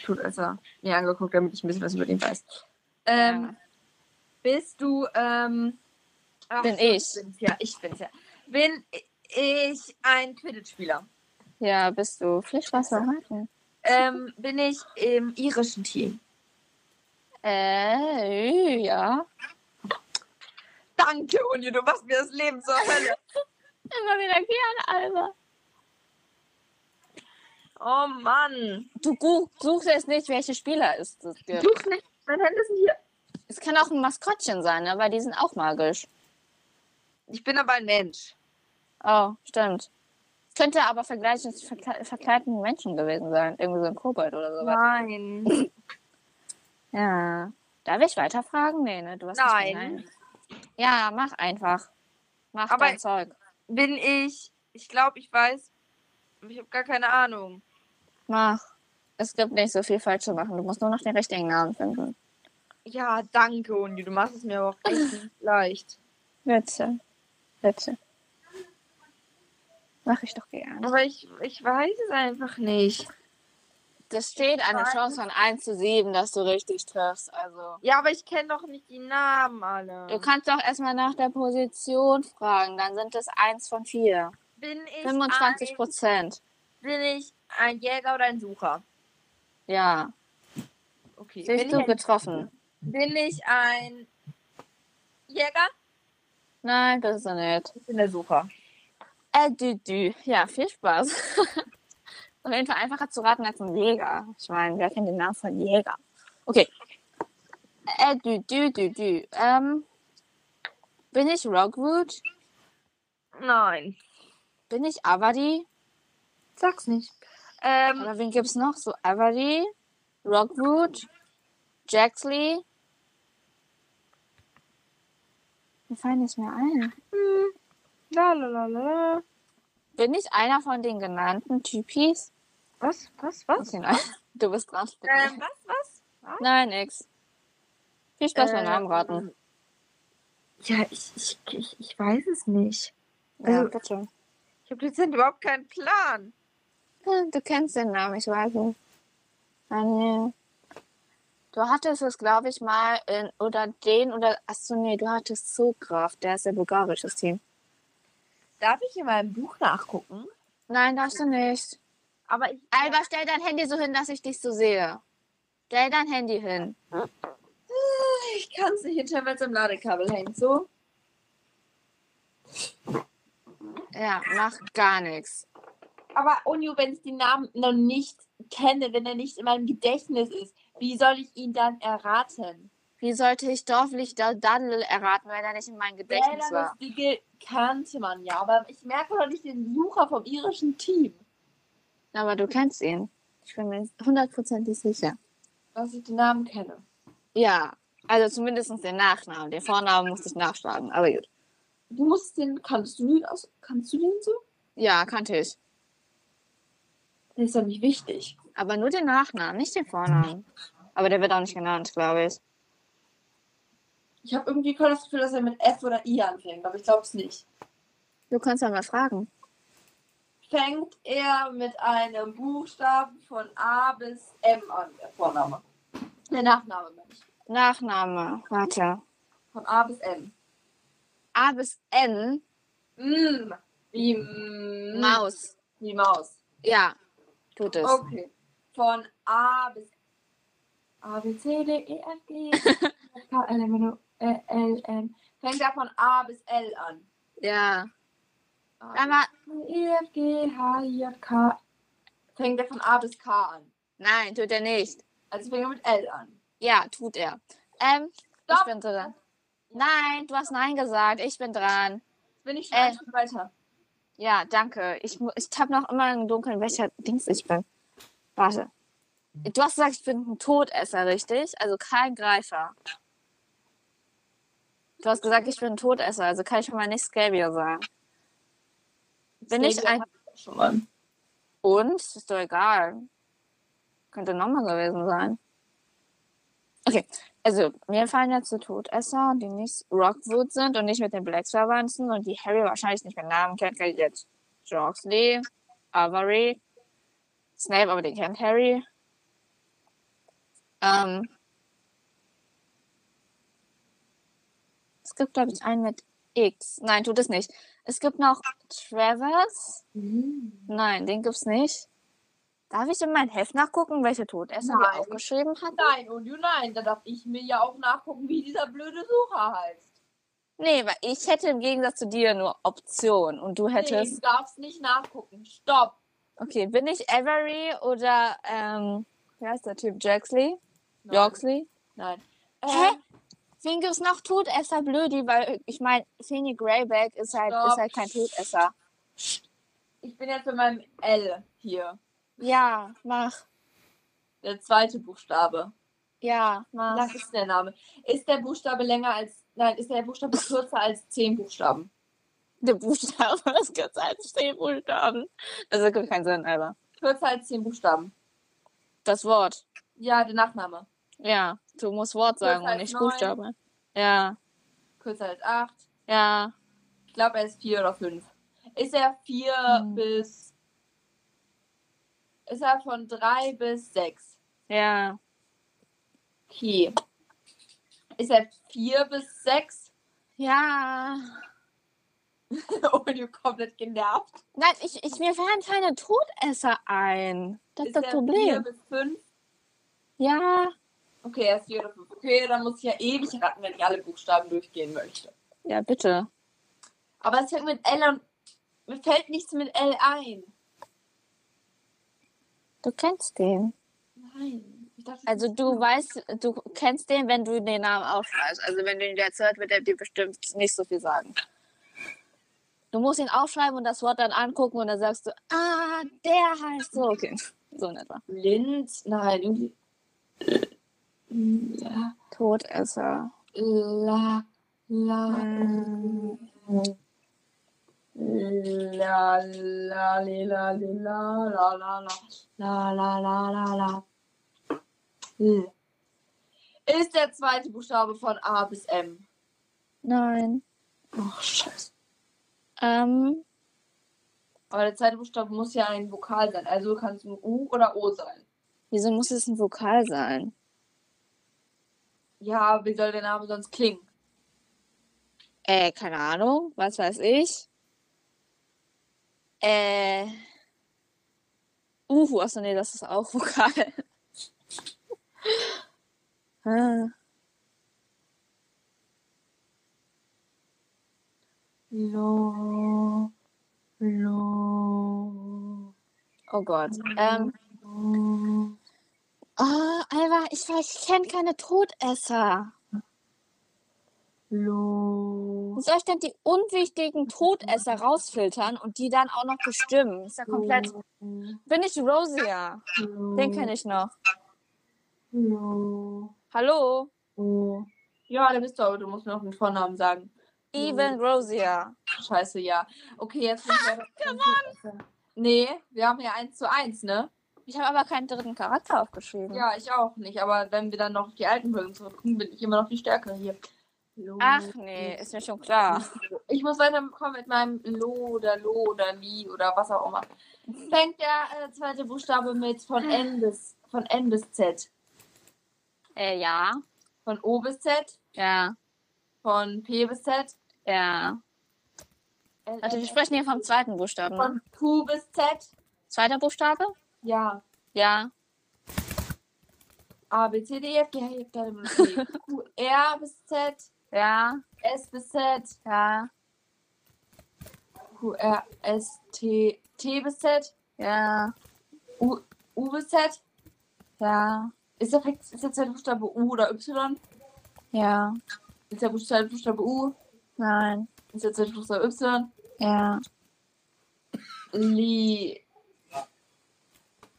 B: Todesser mir angeguckt, damit ich ein bisschen was über den weiß. Ähm,
A: Ja.
B: Bist du, ähm. ach,
A: Bin ich.
B: Bin's ja, ich bin's ja. Bin ich ein Quidditch-Spieler?
A: Ja, bist du Pflichtwasser halten?
B: Ähm, bin ich im irischen Team?
A: Äh, ja.
B: Danke, Uni, du machst mir das Leben zur Hölle.
A: Immer wieder gerne, Alba.
B: Oh Mann.
A: Du gu- suchst jetzt nicht, welche Spieler es das gibt.
B: Such nicht, mein Hände sind hier.
A: Es kann auch ein Maskottchen sein, ne? weil die sind auch magisch.
B: Ich bin aber ein Mensch.
A: Oh, stimmt. Könnte aber vergleichend verkle verkleideten Menschen gewesen sein. Irgendwie so ein Kobold oder sowas.
B: Nein.
A: Ja. Darf ich weiterfragen? Nee, ne? Du hast
B: Nein.
A: Nicht gemeint. ja, mach einfach. Mach
B: Aber-
A: dein Zeug.
B: Bin ich, ich glaube, ich weiß, ich habe gar keine Ahnung.
A: Mach. Es gibt nicht so viel falsch zu machen. Du musst nur noch den richtigen Namen finden.
B: Ja, danke, Uni, du machst es mir aber auch
A: [LAUGHS]
B: echt nicht leicht.
A: Bitte. Bitte. Mach ich doch gerne.
B: Aber ich, ich weiß es einfach nicht.
A: Das steht eine Chance von 1 zu 7, dass du richtig triffst. Also.
B: Ja, aber ich kenne doch nicht die Namen alle.
A: Du kannst doch erstmal nach der Position fragen. Dann sind es 1 von 4.
B: bin ich
A: 25
B: ein,
A: Prozent.
B: bin ich ein Jäger oder ein Sucher?
A: Ja.
B: Okay. Bin
A: Siehst
B: ich,
A: du
B: ein,
A: getroffen?
B: bin ich ein Jäger?
A: Nein, bist du nicht.
B: Ich bin der Sucher.
A: Äh, dü, dü. Ja, viel Spaß. [LAUGHS] Auf jeden Fall einfacher zu raten als ein Jäger. Ich meine, wer kennt den Namen von Jäger? Okay. Äh, dü, dü, dü, dü. Ähm, bin ich Rockwood?
B: Nein.
A: Bin ich Avadi?
B: Sag's nicht. Ähm,
A: Oder wen gibt's noch? So Avadi, Rockwood, Jaxley. Mir fallen nicht mehr ein.
B: hm, la, la, la, la.
A: Bin ich einer von den genannten Typis?
B: Was, was, was?
A: Okay, nein. [LAUGHS] Du bist dran.
B: Ähm, was, was?
A: Nein, nix. Viel Spaß beim
B: Ähm,
A: Namen raten.
B: Ja, ich, ich, ich, ich weiß es nicht.
A: Ja,
B: also-
A: bitte.
B: Ich habe dezent überhaupt keinen Plan.
A: äh, Du kennst den Namen, ich weiß nicht. Ah, nee. Du hattest es, glaube ich, mal in, oder den oder, achso, nee, du hattest Zuggraf, der ist ja bulgarisches Team.
B: Darf ich in meinem Buch nachgucken?
A: Nein, darfst du nicht.
B: Aber ich.
A: Alba, stell dein Handy so hin, dass ich dich so sehe. Stell dein Handy hin.
B: Ah, Ich kann es nicht hinterher, weil es am Ladekabel hängt. So?
A: Ja, mach gar nichts.
B: aber Onio, wenn ich den Namen noch nicht kenne, wenn er nicht in meinem Gedächtnis ist, wie soll ich ihn dann erraten?
A: Wie sollte ich Dorflichter Daddel erraten, wenn er nicht in meinem Gedächtnis war?
B: Digel kannte man ja, aber ich merke doch nicht den Sucher vom irischen Team.
A: Aber du kennst ihn. Ich bin mir hundertprozentig sicher.
B: Dass ich den Namen kenne.
A: Ja, also zumindest den Nachnamen. Den Vornamen musste ich nachschlagen, aber gut.
B: Du musst den, kannst du den aus, kannst du den so?
A: Ja, kannte ich.
B: Das ist doch nicht wichtig.
A: Aber nur den Nachnamen, nicht den Vornamen. Aber der wird auch nicht genannt, glaube ich.
B: Ich habe irgendwie voll das Gefühl, dass er mit F oder I anfängt, aber ich glaube es nicht.
A: Du kannst ja mal fragen.
B: Fängt er mit einem Buchstaben von A bis M an, der Vorname. Der Nachname, meine ich.
A: Nachname, warte.
B: Von A bis M.
A: A bis N,
B: Mm, wie mm,
A: Maus.
B: Wie Maus.
A: Ja, tut es.
B: Okay. Von A bis A, B, C, D, E, F, G, H, K, L, M, N, O, Ä, L, M. Fängt er von A bis L an.
A: Ja.
B: A,
A: Aber,
B: B, C, D, E, F, G, H, J, K. Fängt er von A bis K an.
A: nein, tut er nicht.
B: Also fängt er mit L an.
A: Ja, tut er. Ähm, ich
B: Stopp.
A: bin dran. Nein, du hast Nein gesagt. Ich bin dran.
B: Jetzt bin ich schon
A: Äh.
B: einen Schritt weiter.
A: Ja, danke. Ich, mu- ich habe noch immer im Dunkeln, welcher Dings ich bin. Warte. Du hast gesagt, ich bin ein Todesser, richtig? Also kein Greifer. Du hast gesagt, ich bin ein Todesser, also kann ich schon mal nicht Scabier sein. Bin ich ein.
B: Schon mal.
A: Und? Ist doch egal. Könnte nochmal gewesen sein. Okay, also mir fallen jetzt die Todesser, die nicht Rockwood sind und nicht mit den Blacks verwandt sind und die Harry wahrscheinlich nicht mit Namen kennt, kennt jetzt Jorksley, Avery, Snape, aber den kennt Harry. Ähm, es gibt, glaube ich, einen mit X. Nein, tut es nicht. Es gibt noch Travis. Nein, den gibt's nicht. Darf ich in mein Heft nachgucken, welche Todesser wir
B: Nein.
A: aufgeschrieben hatten?
B: Nein, und du nein. Da darf ich mir ja auch nachgucken, wie dieser blöde Sucher heißt.
A: Nee, weil ich hätte im Gegensatz zu dir nur Option und du hättest.
B: Nee, du darfst nicht nachgucken. Stopp.
A: Okay, bin ich Avery oder ähm, wie heißt der Typ? Jaxley?
B: Nein.
A: Yorksley?
B: Nein.
A: Hä?
B: Ähm,
A: Wen gibt's noch Todesser Blödi? Weil ich meine, Fanny Greyback ist halt,
B: Stopp.
A: ist halt kein Todesser.
B: ich bin jetzt mit meinem L hier.
A: Ja, mach.
B: Der zweite Buchstabe.
A: Ja,
B: Wie
A: mach.
B: lang ist der Name? Ist der Buchstabe länger als. Nein, ist der Buchstabe kürzer als zehn Buchstaben?
A: Der Buchstabe [LAUGHS] ist ganz als zehn Buchstaben. Das ergibt keinen Sinn, aber.
B: Kürzer als zehn Buchstaben.
A: Das Wort.
B: Ja, der Nachname.
A: Ja, du musst Wort
B: Kürzer
A: sagen und
B: als
A: nicht
B: neun.
A: Buchstabe. Ja,
B: Kürzer als acht.
A: ja.
B: Ich glaube, er ist vier oder fünf. Ist er vier
A: Hm.
B: bis. Ist er von drei bis sechs?
A: Ja,
B: Okay. Ist er vier bis sechs? [LAUGHS]
A: ja.
B: Oh, du komplett genervt.
A: Nein, ich, ich, mir fallen keine Todesser ein. Das ist
B: Ist
A: das
B: er vier
A: Problem.
B: bis fünf?
A: Ja,
B: Okay, er ist vier oder fünf. Okay, dann muss ich ja ewig raten, wenn ich alle Buchstaben durchgehen möchte.
A: ja, bitte.
B: Aber es fängt mit L an. Mir fällt nichts mit L ein.
A: Du kennst den.
B: Nein. Ich dachte,
A: Also du weißt, du kennst den, wenn du den Namen aufschreibst. Also wenn du ihn jetzt hört, wird er dir bestimmt nicht so viel sagen. Du musst ihn aufschreiben und das Wort dann angucken und dann sagst du, ah, der heißt so. Okay, [LAUGHS] so in etwa.
B: blind. Nein, irgendwie. La,
A: Todesser.
B: la,
A: Mm.
B: la. Mm. La, la, li, la, li, la, la, la, la. La, la, la, la, la. L. Ist der zweite Buchstabe von A bis M.
A: Nein.
B: Ach, scheiße.
A: Ähm,
B: Aber der zweite Buchstabe muss ja ein Vokal sein. Also kann es nur U oder O sein.
A: wieso muss es ein Vokal sein?
B: Ja, wie soll der Name sonst klingen?
A: Äh, keine Ahnung, was weiß ich. Äh. Uhu, achso, nee, das ist auch [LAUGHS] Vokal. Ah,
B: Lo, lo,
A: Oh Gott. Ähm.
B: Ähm.
A: Oh, Alva, ich, weiß, ich kenne keine Todesser. Wie soll ich denn die unwichtigen Todesser rausfiltern und die dann auch noch bestimmen? Ist ja komplett.
B: Hm.
A: Bin ich Rosia? Den kenne ich noch. Hallo?
B: Ja, dann bist du, aber du musst mir noch den Vornamen sagen.
A: Even Rosia.
B: Scheiße, ja. Okay, jetzt
A: Ah,
B: sind wir. Come on! Nee, wir haben ja 1 zu 1, ne?
A: Ich habe aber keinen dritten Charakter aufgeschrieben.
B: Ja, ich auch nicht. Aber wenn wir dann noch auf die alten Folgen zurückgucken, bin ich immer noch die Stärkere hier. Lo-
A: Ach nee, ist mir schon klar.
B: Ich muss weiterkommen mit meinem Lo oder Lo oder Li oder was auch immer. Fängt der äh, zweite Buchstabe mit von N bis von N bis Z.
A: Äh, ja.
B: Von O bis Z,
A: Ja.
B: von P bis Z,
A: Ja.
B: L,
A: Warte, wir
B: L,
A: sprechen hier vom zweiten Buchstaben. ne?
B: von Q bis Z.
A: Zweiter Buchstabe?
B: Ja.
A: Ja.
B: A, B, C, D, E, F, G, H, I, J, K, L, M, N, O, P, Q, R bis Z,
A: Ja.
B: S bis Z,
A: Ja.
B: Q, R, S, T, T bis Z,
A: Ja.
B: U, U bis Z.
A: Ja.
B: Ist der, Flex- ist der zweite Buchstabe U oder Y?
A: Ja.
B: Ist der Buchstabe- zweite Buchstabe U?
A: Nein.
B: Ist der zweite Buchstabe Y?
A: Ja.
B: Li.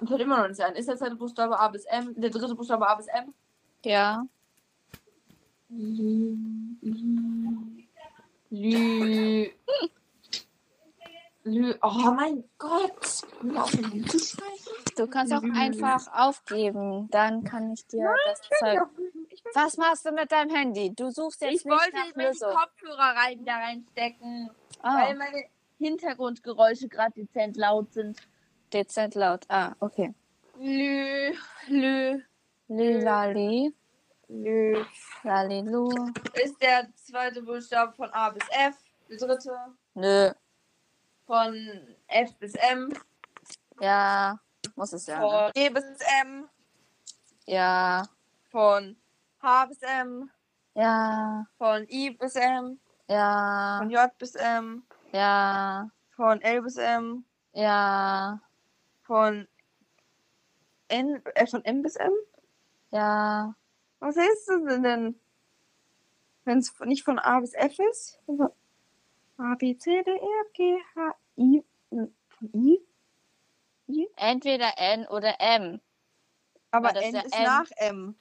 B: Mir Fällt immer noch nicht ein. Ist der zweite Buchstabe A bis M? Der dritte Buchstabe A bis M?
A: Ja.
B: Lü. Lü. Lü. Oh mein Gott. Ich bin auf den Mund gescheit.
A: Du kannst auch einfach aufgeben. Dann kann Mhm. ich dir das Zeug. Was machst du mit deinem Handy? Du suchst jetzt
B: Äh, Ich
A: nicht
B: wollte
A: nach
B: mir die
A: Lösung.
B: Kopfhörer rein, da reinstecken, weil
A: Ah,
B: meine Hintergrundgeräusche gerade dezent laut sind.
A: dezent laut. Ah, okay.
B: Lü. Lü.
A: Lilali,
B: Lü.
A: lalilu.
B: Ist der zweite Buchstabe von A bis F. Der dritte.
A: Nö.
B: Von F bis M.
A: Ja. Muss es ja. Ne?
B: Von G bis M.
A: Ja.
B: Von H bis M.
A: Ja.
B: Von I bis M.
A: Ja. Ah.
B: Von J bis M.
A: Ja.
B: Von L bis M.
A: Ja.
B: Von N. Äh, von M bis M?
A: Ja.
B: Was heißt das denn? denn? Wenn es nicht von A bis F ist? Von A, B, C, D, E, F, G, H, I. N, Von I?
A: Entweder N oder M.
B: Aber
A: Ja, das ist
B: N
A: ja
B: ist
A: M.
B: nach M.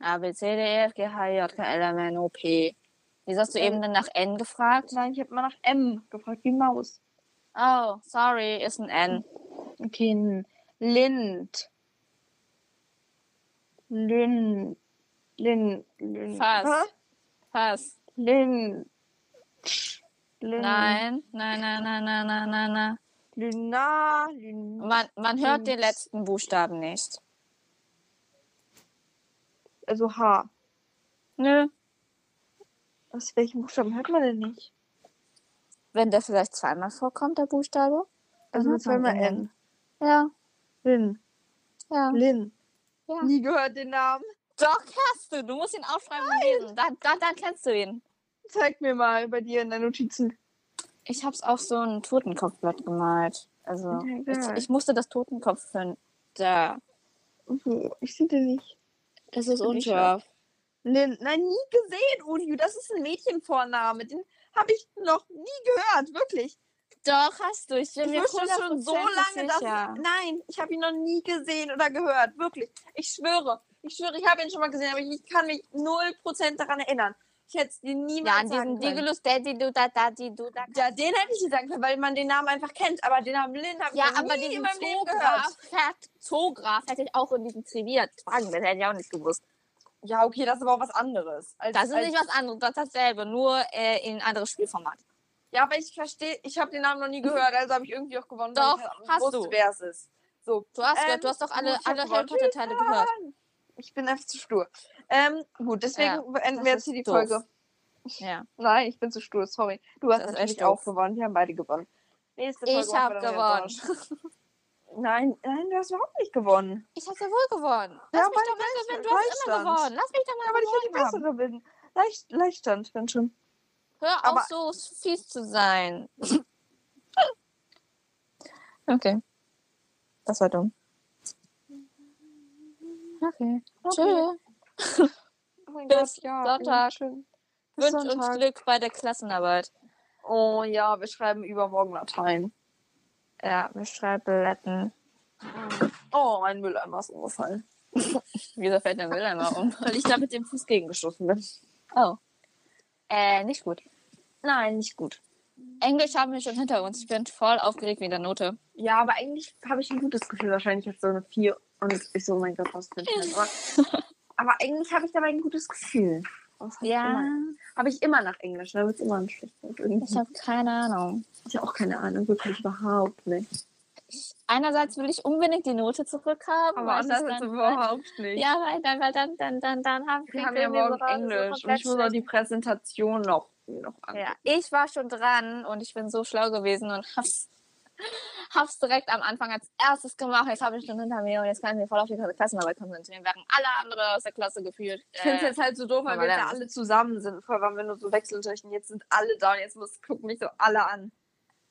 A: A, B, C, D, E, F, G, H, I, J, K, L, M, N, O, P. Wieso hast du
B: Ähm.
A: eben dann nach N gefragt?
B: Nein, ich habe mal nach M gefragt, die Maus.
A: Oh, sorry, ist ein N.
B: Okay, N. Lind. Lin. Lin. Lin.
A: Fast. Fast.
B: Lin. Lin.
A: Nein, nein, nein, nein, nein, nein, nein, nein.
B: Lina. Lin.
A: Man, man hört den letzten Buchstaben nicht.
B: Also H.
A: Nö.
B: Aus welchem Buchstaben hört man denn nicht?
A: Wenn der vielleicht zweimal vorkommt, der Buchstabe.
B: Also
A: hört man
B: zweimal
A: den
B: N.
A: Ja,
B: Lin.
A: ja.
B: Lin.
A: Ja.
B: Nie gehört den Namen. [LAUGHS]
A: Doch, kannst du. Du musst ihn aufschreiben und lesen. Dann, dann, dann kennst du ihn.
B: Zeig mir mal bei dir in deinen Notizen.
A: Ich hab's auf so ein Totenkopfblatt gemalt. Also,
B: Ja,
A: ich,
B: geil.
A: ich musste das Totenkopf finden. Da.
B: Wo? Ich sehe den nicht.
A: Es ist
B: Bin ich
A: unscharf.
B: Lin. Nein, nie gesehen, Udiu. Das ist ein Mädchenvorname. Den habe ich noch nie gehört, wirklich.
A: Doch, hast du. Ich bin
B: Ich
A: mir
B: wusste schon so
A: 100%
B: lange, dass
A: sicher.
B: Nein, ich habe ihn noch nie gesehen oder gehört. Wirklich. Ich schwöre. Ich schwöre, ich habe ihn schon mal gesehen, aber ich, ich kann mich 0% daran erinnern. Ich hätte es dir
A: Ja, an
B: niemals
A: diesem
B: sagen können.
A: Digulus, Daddy, du, da, da, die, du, da.
B: Ja, den hätte ich dir sagen können, weil man den Namen einfach kennt. Aber den Namen Lin habe ich
A: Ja,
B: noch
A: aber
B: nie in
A: diesen
B: meinem Leben gehört.
A: Zoograf, Fert- Zoograf hätte ich auch in diesem Trivier tragen, das hätte ich auch nicht gewusst.
B: Ja, okay, das ist aber auch was anderes. Als,
A: Das ist
B: als,
A: nicht was anderes, das ist dasselbe, nur äh, in ein anderes Spielformat.
B: Ja, aber ich verstehe, ich habe den Namen noch nie gehört, also habe ich irgendwie auch gewonnen.
A: Mhm. Doch,
B: weil ich
A: hast
B: wusste,
A: du.
B: wer es ist. So,
A: Du hast, gehört,
B: Ähm,
A: du hast doch alle,
B: ich hab
A: alle Harry
B: gewonnen.
A: Potter-Teile gehört.
B: ich bin einfach zu stur. Ähm, gut, deswegen
A: Ja,
B: beenden
A: das
B: wir jetzt
A: ist
B: hier die
A: doof.
B: Folge.
A: Ja.
B: Nein, ich bin zu stur, sorry. Du hast
A: Das ist
B: natürlich
A: echt doof.
B: auch gewonnen. Wir haben beide gewonnen. Nächste
A: Ich
B: machen
A: habe
B: wir dann wieder
A: gewonnen. [LAUGHS]
B: Donnerstag. Nein, nein, du hast überhaupt nicht gewonnen.
A: Ich habe ja wohl gewonnen. Lass
B: Ja,
A: mich
B: bei
A: doch mal gewinnen. Du
B: Gleichstand.
A: hast immer gewonnen. Lass mich doch mal
B: Aber ich hätte die
A: gewonnen haben.
B: bessere bin. Leicht, Leichtstand, wenn schon.
A: Hör
B: Aber-
A: auf, so fies zu sein. [LAUGHS] Okay. Das war dumm. Okay. Tschüss.
D: Oh mein
A: Bis
D: Gott, ja.
A: Sonntag.
D: schön. Bis
A: Wünsch uns
D: Sonntag.
A: Glück bei der Klassenarbeit.
D: Oh ja, wir schreiben übermorgen Latein.
A: Ja, wir schreiben Latten.
D: Oh, mein Mülleimer ist umgefallen.
A: Wieso fällt der Mülleimer um?
D: Weil ich da mit dem Fuß gegengeschossen bin.
A: Oh. Äh, nicht gut. Nein, nicht gut. Englisch haben wir schon hinter uns. Ich bin voll aufgeregt wegen der Note.
B: Ja, aber eigentlich habe ich ein gutes Gefühl. Wahrscheinlich jetzt so eine 4 und ich so, oh mein Gott, was bin ich denn? Aber,
D: [LAUGHS]
B: aber eigentlich habe ich dabei ein gutes Gefühl. Was hab ich immer? Habe ich immer nach Englisch, da wird es immer ein schlechtes.
A: ich
B: Irgendwie
A: habe keine Ahnung.
B: ich ja auch keine Ahnung, wirklich überhaupt nicht.
A: Einerseits will ich unbedingt die Note
D: Oh,
A: zurückhaben. weil ich das dann-
B: überhaupt nicht.
A: Ja, weil dann, weil dann, dann, dann, dann haben
B: Wir haben ja morgen Englisch und ich muss auch die Präsentation noch, noch an.
A: ja, ich war schon dran und ich bin so schlau gewesen und hab's, hab's direkt am Anfang als erstes gemacht. Jetzt habe ich schon hinter mir und jetzt kann ich mich voll auf die Klassenarbeit konzentrieren, während alle anderen aus der Klasse Äh, gefühlt.
B: Ich finde es jetzt halt so doof, weil
A: aber
B: wir jetzt
A: dann-
B: ja alle zusammen sind. Vorher waren wir nur so Wechselunterricht und jetzt sind alle da und jetzt muss, gucken mich so alle an.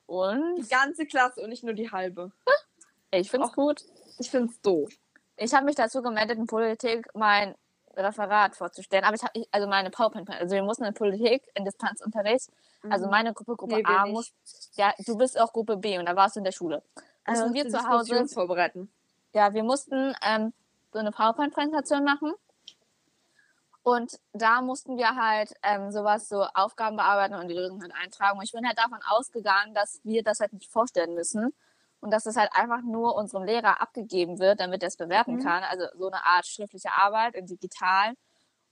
A: und
B: Die ganze Klasse und nicht nur die halbe.
A: ich find's gut.
B: Ich finde es doof.
A: Ich habe mich dazu gemeldet, in Politik mein Referat vorzustellen. Aber ich habe, also meine PowerPoint, also wir mussten in Politik, in Distanzunterricht,
B: Mhm.
A: also meine Gruppe, Gruppe
B: Nee, wir
A: A
B: nicht.
A: muss, ja, du bist auch Gruppe B und da warst du in der Schule. Also
B: Mussten
A: wir
B: Äh, die
A: zu Hause,
B: Diskussion vorbereiten.
A: ja, wir mussten ähm, so eine PowerPoint-Präsentation machen. Und da mussten wir halt ähm, sowas, so Aufgaben bearbeiten und die Lösung halt eintragen. Und ich bin halt davon ausgegangen, dass wir das halt nicht vorstellen müssen und dass es halt einfach nur unserem Lehrer abgegeben wird, damit er es bewerten kann. Also so eine Art schriftliche Arbeit in digital.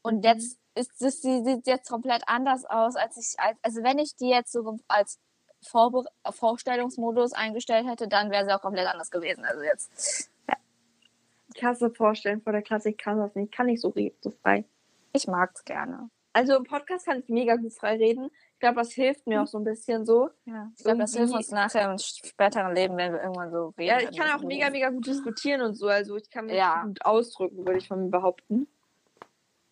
A: Und jetzt ist es, sie sieht jetzt komplett anders aus, als ich, als, also wenn ich die jetzt so als Vorbe Vorstellungsmodus eingestellt hätte, dann wäre sie auch komplett anders gewesen. Also jetzt
B: Klasse vorstellen vor der Klasse, ich kann das nicht. Ich kann nicht so, re- so frei.
A: Ich mag's gerne.
B: Also im Podcast kann ich mega gut frei reden. Ich glaube, das hilft mir auch so ein bisschen so.
A: Ja. Ich glaube, das hilft uns nachher im späteren Leben, wenn wir irgendwann so reden.
B: Ja, ich kann auch
A: müssen.
B: mega, mega gut diskutieren und so. Also ich kann mich
A: Ja.
B: gut ausdrücken, würde ich von mir behaupten.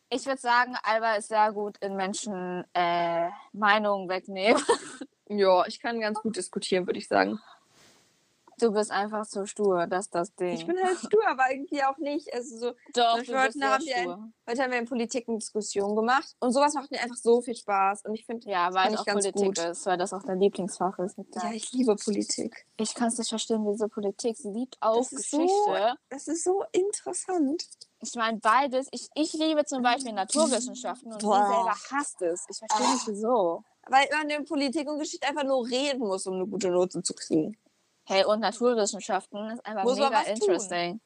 A: Ich würde sagen, Alba ist sehr gut in Menschen äh, Meinungen wegnehmen. [LAUGHS]
B: Ja, ich kann ganz gut diskutieren, würde ich sagen.
A: Du bist einfach zu stur, das ist das Ding.
B: Ich bin halt stur, aber irgendwie auch nicht. Also so,
A: Doch,
B: Zum Beispiel heute haben wir heute haben wir in Politik eine Diskussion gemacht und sowas macht mir einfach so viel Spaß. Und ich finde,
A: Ja, weil es
B: Find ich
A: auch
B: ganz
A: Politik
B: gut.
A: ist, weil das auch dein Lieblingsfach ist.
B: ja, ich liebe Politik.
A: Ich kann es nicht verstehen, wieso Politik. Sie liebt auch
B: Das ist so-
A: Geschichte.
B: Das ist so interessant.
A: Ich meine, beides. Ich, ich liebe zum Beispiel Naturwissenschaften und
B: Ah. Boah. Ah.
A: sie selber hasst es. Ich verstehe nicht, wieso.
B: Weil man in Politik und Geschichte einfach nur reden muss, um eine gute Note zu kriegen.
A: Hey, und Naturwissenschaften ist einfach
B: Muss man
A: mega
B: was tun.
A: interesting.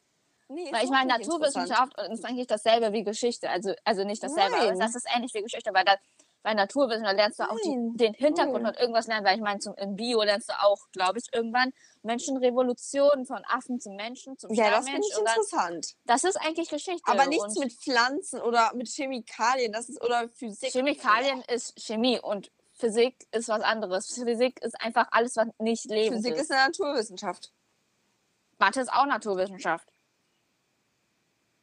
B: Nee,
A: Weil ich meine, Naturwissenschaft äh, ist eigentlich dasselbe wie Geschichte. Also, also nicht dasselbe,
B: Nein.
A: aber das ist ähnlich wie Geschichte, weil da, bei Naturwissenschaft lernst du auch die,
B: Nein.
A: den Hintergrund
B: Null.
A: und irgendwas lernen, weil ich meine, zum, in Bio lernst du auch, glaube ich, irgendwann Menschenrevolutionen von Affen zum Menschen, zum
B: Ja, das finde
A: Sternmensch
B: ich
A: und dann,
B: interessant.
A: Das ist eigentlich Geschichte.
B: Aber nichts
A: und
B: mit Pflanzen oder mit Chemikalien, das ist oder Physik.
A: Chemikalien ist Chemie und Physik ist was anderes. Physik ist einfach alles, was nicht lebend
B: Physik
A: ist.
B: ist eine Naturwissenschaft.
A: Mathe ist auch Naturwissenschaft.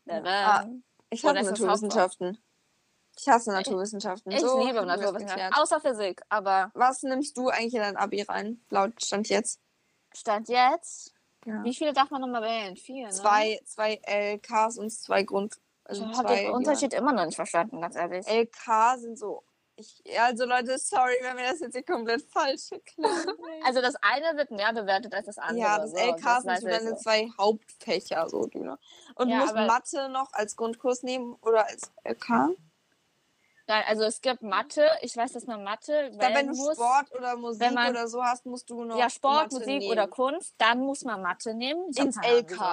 B: Ah, Ich
A: Oder
B: hasse
A: ist Oh, das
B: Naturwissenschaften. Ich hasse Naturwissenschaften.
A: ich
B: So
A: liebe
B: haben wir das geklärt.
A: Naturwissenschaften, außer Physik, aber
B: Was nimmst du eigentlich in dein Abi rein? Laut Stand jetzt.
A: Stand jetzt.
B: Ja.
A: Wie viele darf man nochmal wählen? Vier, ne?
B: Zwei, zwei LKs und zwei Grund.
A: Ich
B: Also
A: habe
B: zwei
A: den Unterschied immer noch nicht verstanden, ganz ehrlich.
B: LK sind so. Ich, also Leute, sorry, wenn wir das jetzt hier komplett falsch
A: [LAUGHS]
B: erklären.
A: Also das eine wird mehr bewertet als das andere.
B: ja, das
A: so,
B: LK
A: das
B: sind
A: weiß
B: so
A: ich
B: deine
A: so.
B: zwei Hauptfächer, so du, ne? Und
A: Ja,
B: du musst
A: aber-
B: Mathe noch als Grundkurs nehmen oder als LK.
A: Nein, also es gibt Mathe. Ich weiß, dass man Mathe
B: Dann, wenn
A: wählen
B: du
A: muss.
B: Sport oder Musik
A: man-
B: oder so hast, musst du noch
A: ja, Sport,
B: Mathe
A: Musik
B: nehmen.
A: oder Kunst. Dann muss man Mathe nehmen. Ich hab
B: ins
A: keine Ahnung,
B: LK.
A: wieso.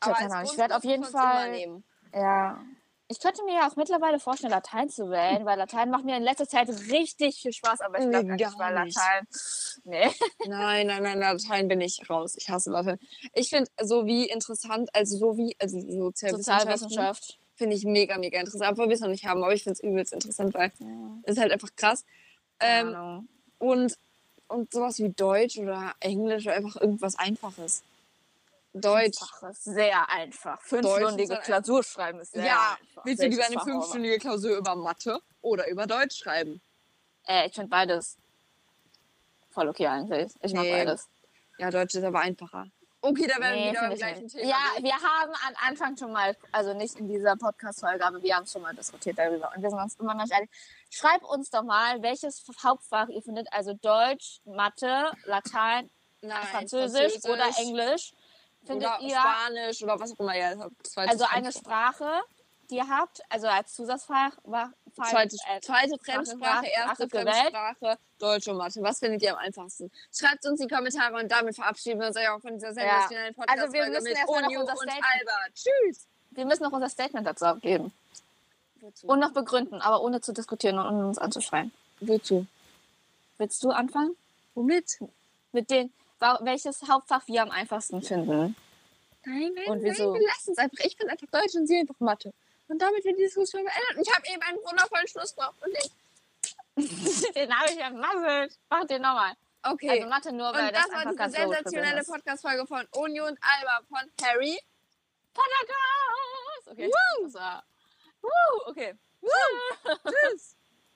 B: Aber
A: keine
B: als
A: Ahnung, ich werd auf
B: Grundkurs
A: jeden
B: kannst du immer
A: Fall-
B: nehmen.
A: Ja. Ich könnte mir ja auch mittlerweile vorstellen, Latein zu wählen, weil Latein macht mir in letzter Zeit richtig viel Spaß, aber ich
B: Nee,
A: glaube eigentlich
B: gar
A: bei
B: nicht.
A: Latein. Nee.
B: Nein, nein, nein, Latein bin ich raus. Ich hasse Latein. Ich finde so wie interessant, also so wie, also Sozialwissenschaften
A: Sozialwissenschaft.
B: finde ich mega, mega interessant, obwohl wir es noch nicht haben, aber ich finde es übelst interessant, weil es ist halt einfach krass.
A: Keine
B: Ähm,
A: Ahnung.
B: und, und sowas wie Deutsch oder Englisch oder einfach irgendwas Einfaches. Deutsch.
A: Einfaches, sehr einfach.
B: Deutsch ist
A: Fünfstündige
B: halt
A: Klausur schreiben ist sehr
B: Ja,
A: einfach.
B: willst du lieber eine
A: Sechstes Fach, aber-
B: fünfstündige Klausur über Mathe oder über Deutsch schreiben?
A: Äh, ich finde beides voll okay eigentlich. Ich mag
B: Nee.
A: beides.
B: Ja, Deutsch ist aber einfacher. Okay, da werden wir
A: Nee,
B: wieder
A: find
B: beim
A: ich
B: gleichen
A: nicht.
B: Thema.
A: Ja, wir haben am Anfang schon mal, also nicht in dieser Podcast-Folge, aber wir haben schon mal diskutiert darüber und wir sind uns immer noch nicht einig. Schreibt uns doch mal, welches Hauptfach ihr findet, also Deutsch, Mathe, Latein,
B: Nein,
A: Französisch, oder Englisch. Findet
B: oder
A: ihr
B: Spanisch oder was auch immer. Ja, zweites
A: also eine Sprache, die ihr habt, also als Zusatzfach? wa- Fall-
B: Zweite,
A: äh,
B: zweite
A: Sprache,
B: Fremdsprache, erste
A: Sprache gewählt.
B: Fremdsprache, Deutsch und Mathe. Was findet ihr am einfachsten? Schreibt uns in die Kommentare und damit verabschieden wir uns ja auch von dieser
A: Ja.
B: sensationellen Podcast
A: Also wir müssen
B: mit
A: erst mal noch
B: Onyu und
A: unser Statement-
B: Albert. Tschüss!
A: Wir müssen noch unser Statement dazu abgeben
B: Wozu?
A: und noch begründen, aber ohne zu diskutieren und ohne uns anzuschreien.
B: wozu?
A: Willst du anfangen?
B: Womit?
A: mit den, wa- welches Hauptfach wir am einfachsten finden. [LAUGHS]
B: Nein, nein,
A: Und
B: nein,
A: wieso?
B: wir lassen es einfach. Ich bin einfach Deutsch und sie einfach Mathe. Und damit wird die Diskussion beendet. Und ich habe eben einen wundervollen Schluss drauf. Und ich,
A: den habe ich vermasselt. Mach den nochmal.
B: okay.
A: Also Mathe nur, weil
B: und
A: das,
B: das war
A: einfach
B: diese
A: ganz logisch
B: sensationelle
A: gewesen ist.
B: Podcast-Folge von Onyu und Alba von Harry.
A: Podcast. Okay, ich dachte, das war... Woo, okay.
B: Tschüss!